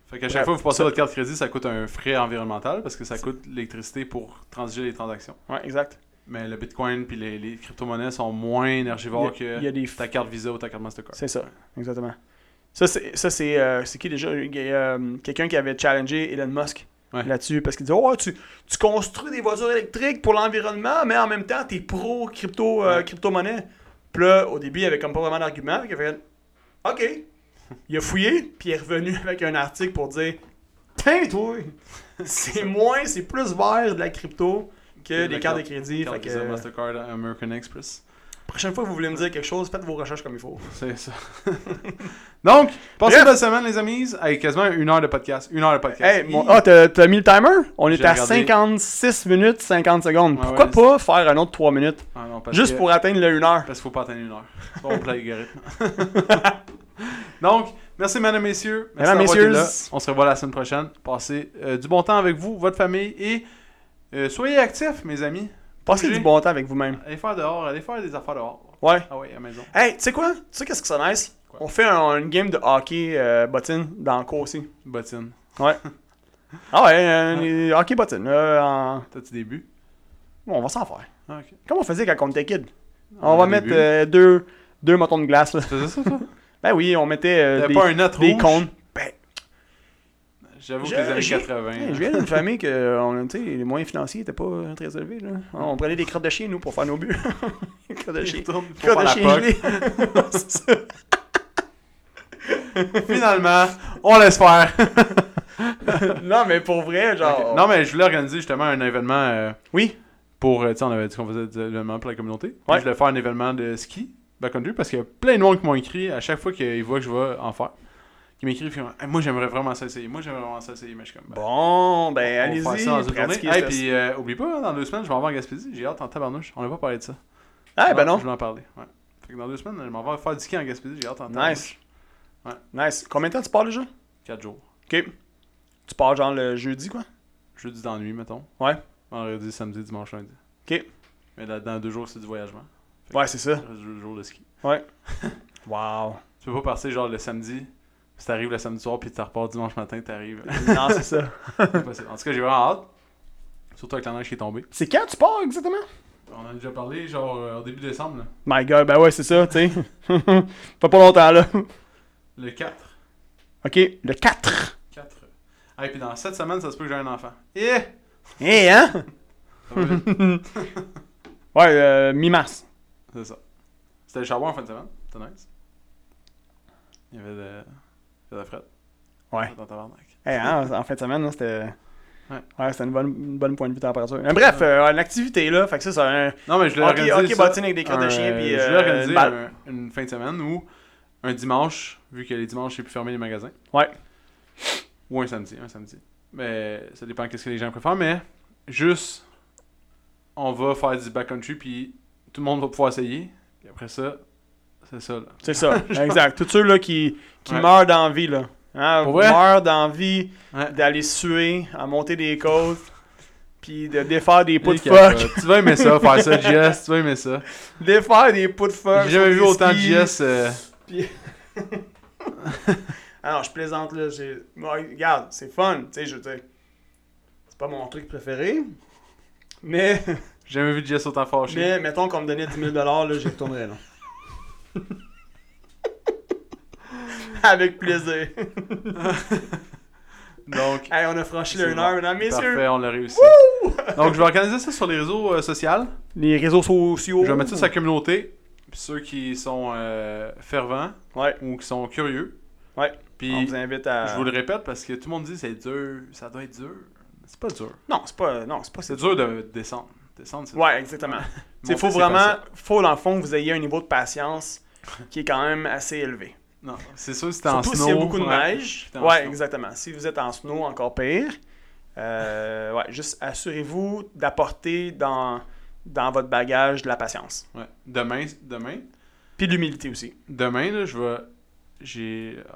Fait qu'à Bref, chaque fois que vous passez votre carte crédit, ça coûte un frais environnemental parce que ça coûte l'électricité pour transiger les transactions. Ouais, exact. Mais le bitcoin puis les, les crypto-monnaies sont moins énergivores il, y a, il y que a des frais. ta carte Visa ou ta carte Mastercard. C'est ça, exactement. Ça, c'est, ça, c'est, euh, c'est qui déjà Il y a, euh, Quelqu'un qui avait challengé Elon Musk Ouais. là-dessus parce qu'il disait Oh, tu, tu construis des voitures électriques pour l'environnement, mais en même temps, t'es pro crypto, euh, Ouais. crypto-monnaie. Puis là, au début, il avait comme pas vraiment d'argument. Il avait fait OK. Il a fouillé, puis il est revenu avec un article pour dire Tiens, toi, c'est moins, c'est plus vert de la crypto que Que des la cartes de crédit. Fait Carte que, Visa, Mastercard, American Express. prochaine fois que vous voulez me dire quelque chose, faites vos recherches comme il faut. C'est ça. Donc, passez Bref. une bonne semaine, les amis. Hey, quasiment une heure de podcast. Une heure de podcast. Hey, mon- ah, t'as t'as mis le timer? On J'ai est à regardé. 56 minutes 50 secondes. Ouais, Pourquoi ouais, pas faire un autre 3 minutes? Ah non, parce Juste que- pour atteindre le 1 heure. Parce qu'il faut pas atteindre une heure. C'est bon pour l'algorithme. Donc, merci, mesdames, messieurs. Merci Mesdames, d'avoir été messieurs. là. On se revoit la semaine prochaine. Passez euh, du bon temps avec vous, votre famille et euh, soyez actifs, mes amis. Passez Bougez. du bon temps avec vous-même. Allez faire dehors, allez faire des affaires dehors. Ouais. Ah oui, à la maison. Hey, tu sais quoi? Tu sais qu'est-ce que ça nice? Quoi? On fait un, une game de hockey euh, bottine dans le cours aussi. Bottine. Ouais. ah ouais, euh, les hockey bottine. euh, en- T'as-tu des buts? bon, on va s'en faire. Ah, ok. Comme on faisait quand on était kid. On, a va des mettre buts. euh, deux, deux moutons de glace. Là. Tu faisais ça, toi? Ben oui, on mettait euh, T'avais des, pas un autre des rouge? cônes. Ben, J'avoue que Je- les années j'ai- 80. Hey, là. je viens d'une famille que euh, on, a- tu sais, les moyens financiers n'étaient pas euh, très élevés. Là. On prenait des crottes de chien, nous, pour faire nos buts. Des crottes de Je chien. retourne pour Crottes de faire chien la POC. gelées. C'est ça. Finalement, on laisse faire. non, mais pour vrai, genre. Ok. Non, mais je voulais organiser justement un événement euh, Oui. pour. euh, tu sais, on avait dit qu'on faisait des événements pour la communauté. Puis Ouais. Je voulais faire un événement de ski, backcountry, parce qu'il y a plein de monde qui m'ont écrit à chaque fois qu'ils voient que je vais en faire. Qui m'écrivent, puis ils font, Hey, moi j'aimerais vraiment ça essayer. Moi j'aimerais vraiment ça essayer. Mais je suis comme. ben, Bon, ben, on va faire allez-y. ça dans une journée. pratiquez Hey, ça. puis euh, oublie pas, dans deux semaines, je m'en vais en Gaspésie. J'ai hâte en tabarnouche. On n'a pas parlé de ça. Eh Ah, ben non. Je voulais en parler. Ouais. Fait que dans deux semaines, je m'en vais faire du ski en Gaspésie. J'ai hâte en tabarnouche. Nice. Nice. Combien de temps tu pars déjà Ok. Quatre jours. Tu pars genre le jeudi, quoi Jeudi dans la nuit, mettons. Ouais. Vendredi, samedi, dimanche, lundi. Ok. Mais là, dans deux jours, c'est du voyagement. Ouais, c'est ça. Deux jours de ski. Wow. Tu peux pas passer genre le samedi, puis t'arrives le samedi soir, puis tu repars dimanche matin, t'arrives. non, c'est ça. C'est impossible. en tout cas, j'ai vraiment hâte. Surtout avec la neige qui est tombée. C'est quand tu pars exactement On en a déjà parlé, genre, euh, au début décembre, là. My god, ben ouais, c'est ça, tu sais. Fait pas longtemps, là. le 4. Ok, le 4. 4. Ah, et puis dans 7 semaines, ça se peut que j'ai un enfant. Eh! Eh, hein Ça va vite. Ouais, euh, mi-mars. C'est ça. C'était le charbon en fin de semaine. C'était nice. Il y avait de, il y avait de la frette. Ouais. Dans tabarnak. Eh, hein, en fin de semaine, là, c'était. Ouais, Ouais. c'était une bonne, une bonne point de vue température. Mais bref, euh, une activité, là, fait que ça, hein, c'est un. Non, mais je l'ai Ok, organisé. ok, ça, bottine avec des crottes de un- chien, puis, Je euh, l'ai organisé une balle. un- une fin de semaine ou un dimanche, vu que les dimanches, j'ai pu fermer les magasins. Ouais. Ou un samedi, un samedi. Mais ça dépend qu'est-ce que les gens préfèrent, mais juste, on va faire du backcountry, puis tout le monde va pouvoir essayer. Puis après ça, c'est ça, là. C'est ça, exact. Tous ceux, là, qui, qui Ouais. meurent d'envie, là. Hein, Pour vrai? meurt d'envie Ouais. d'aller suer, à monter des côtes, puis de défaire des pots de Il fuck. capote. Tu vas aimer ça, faire ça, JS. Tu vas aimer ça. Défaire des pots de fuck. J'ai jamais sur vu des autant de skis. JS. euh, Ah non, je plaisante là. j'ai- Moi, regarde, c'est fun. Tu sais, je veux dire, c'est pas mon truc préféré. Mais, J'ai jamais vu JS autant fâché. mais mettons qu'on me donnait 10 000 là, j'y retournerais là. Avec plaisir. Donc, Hey, on a franchi le C'est 1 bon. heure, mesdames, messieurs. parfait, on l'a réussi. Donc, je vais organiser ça sur les réseaux euh, sociaux. Les réseaux sociaux. Je vais mettre ça sur la communauté. Puis ceux qui sont euh, fervents Ouais. ou qui sont curieux. Ouais. euh, On Puis, vous invite à. je vous le répète parce que tout le monde dit c'est dur, ça doit être dur. C'est pas dur. Non, c'est pas. Non, c'est pas. C'est dur de descendre. Descendre, c'est Ouais, exactement. Il Monter, faut c'est vraiment, facile. faut dans le fond que vous ayez un niveau de patience qui est quand même assez élevé. Non, c'est sûr, si t'es en Surtout snow. s'il y a beaucoup de ouais. neige. Puis t'es en Ouais, snow. exactement. Si vous êtes en snow, encore pire. Euh, ouais, juste assurez-vous d'apporter dans, dans votre bagage de la patience. Ouais. Demain, demain, Puis de l'humilité aussi. demain, là, je vais. J'ai. euh,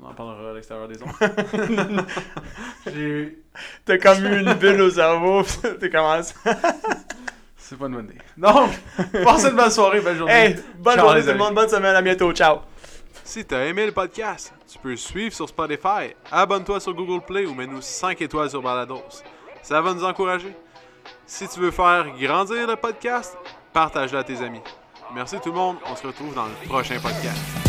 On en parlera à l'extérieur des ondes. J'ai. T'as comme eu une bulle au cerveau, pis t'es commencé. C'est pas une bonne idée. Donc, passez une bonne soirée, belle journée. Hey, bonne Ciao, journée les tout le amis. monde, bonne semaine, à bientôt, ciao! Si t'as aimé le podcast, tu peux le suivre sur Spotify, abonne-toi sur Google Play ou mets-nous 5 étoiles sur Balados. Ça va nous encourager. Si tu veux faire grandir le podcast, partage-le à tes amis. Merci tout le monde, on se retrouve dans le prochain podcast.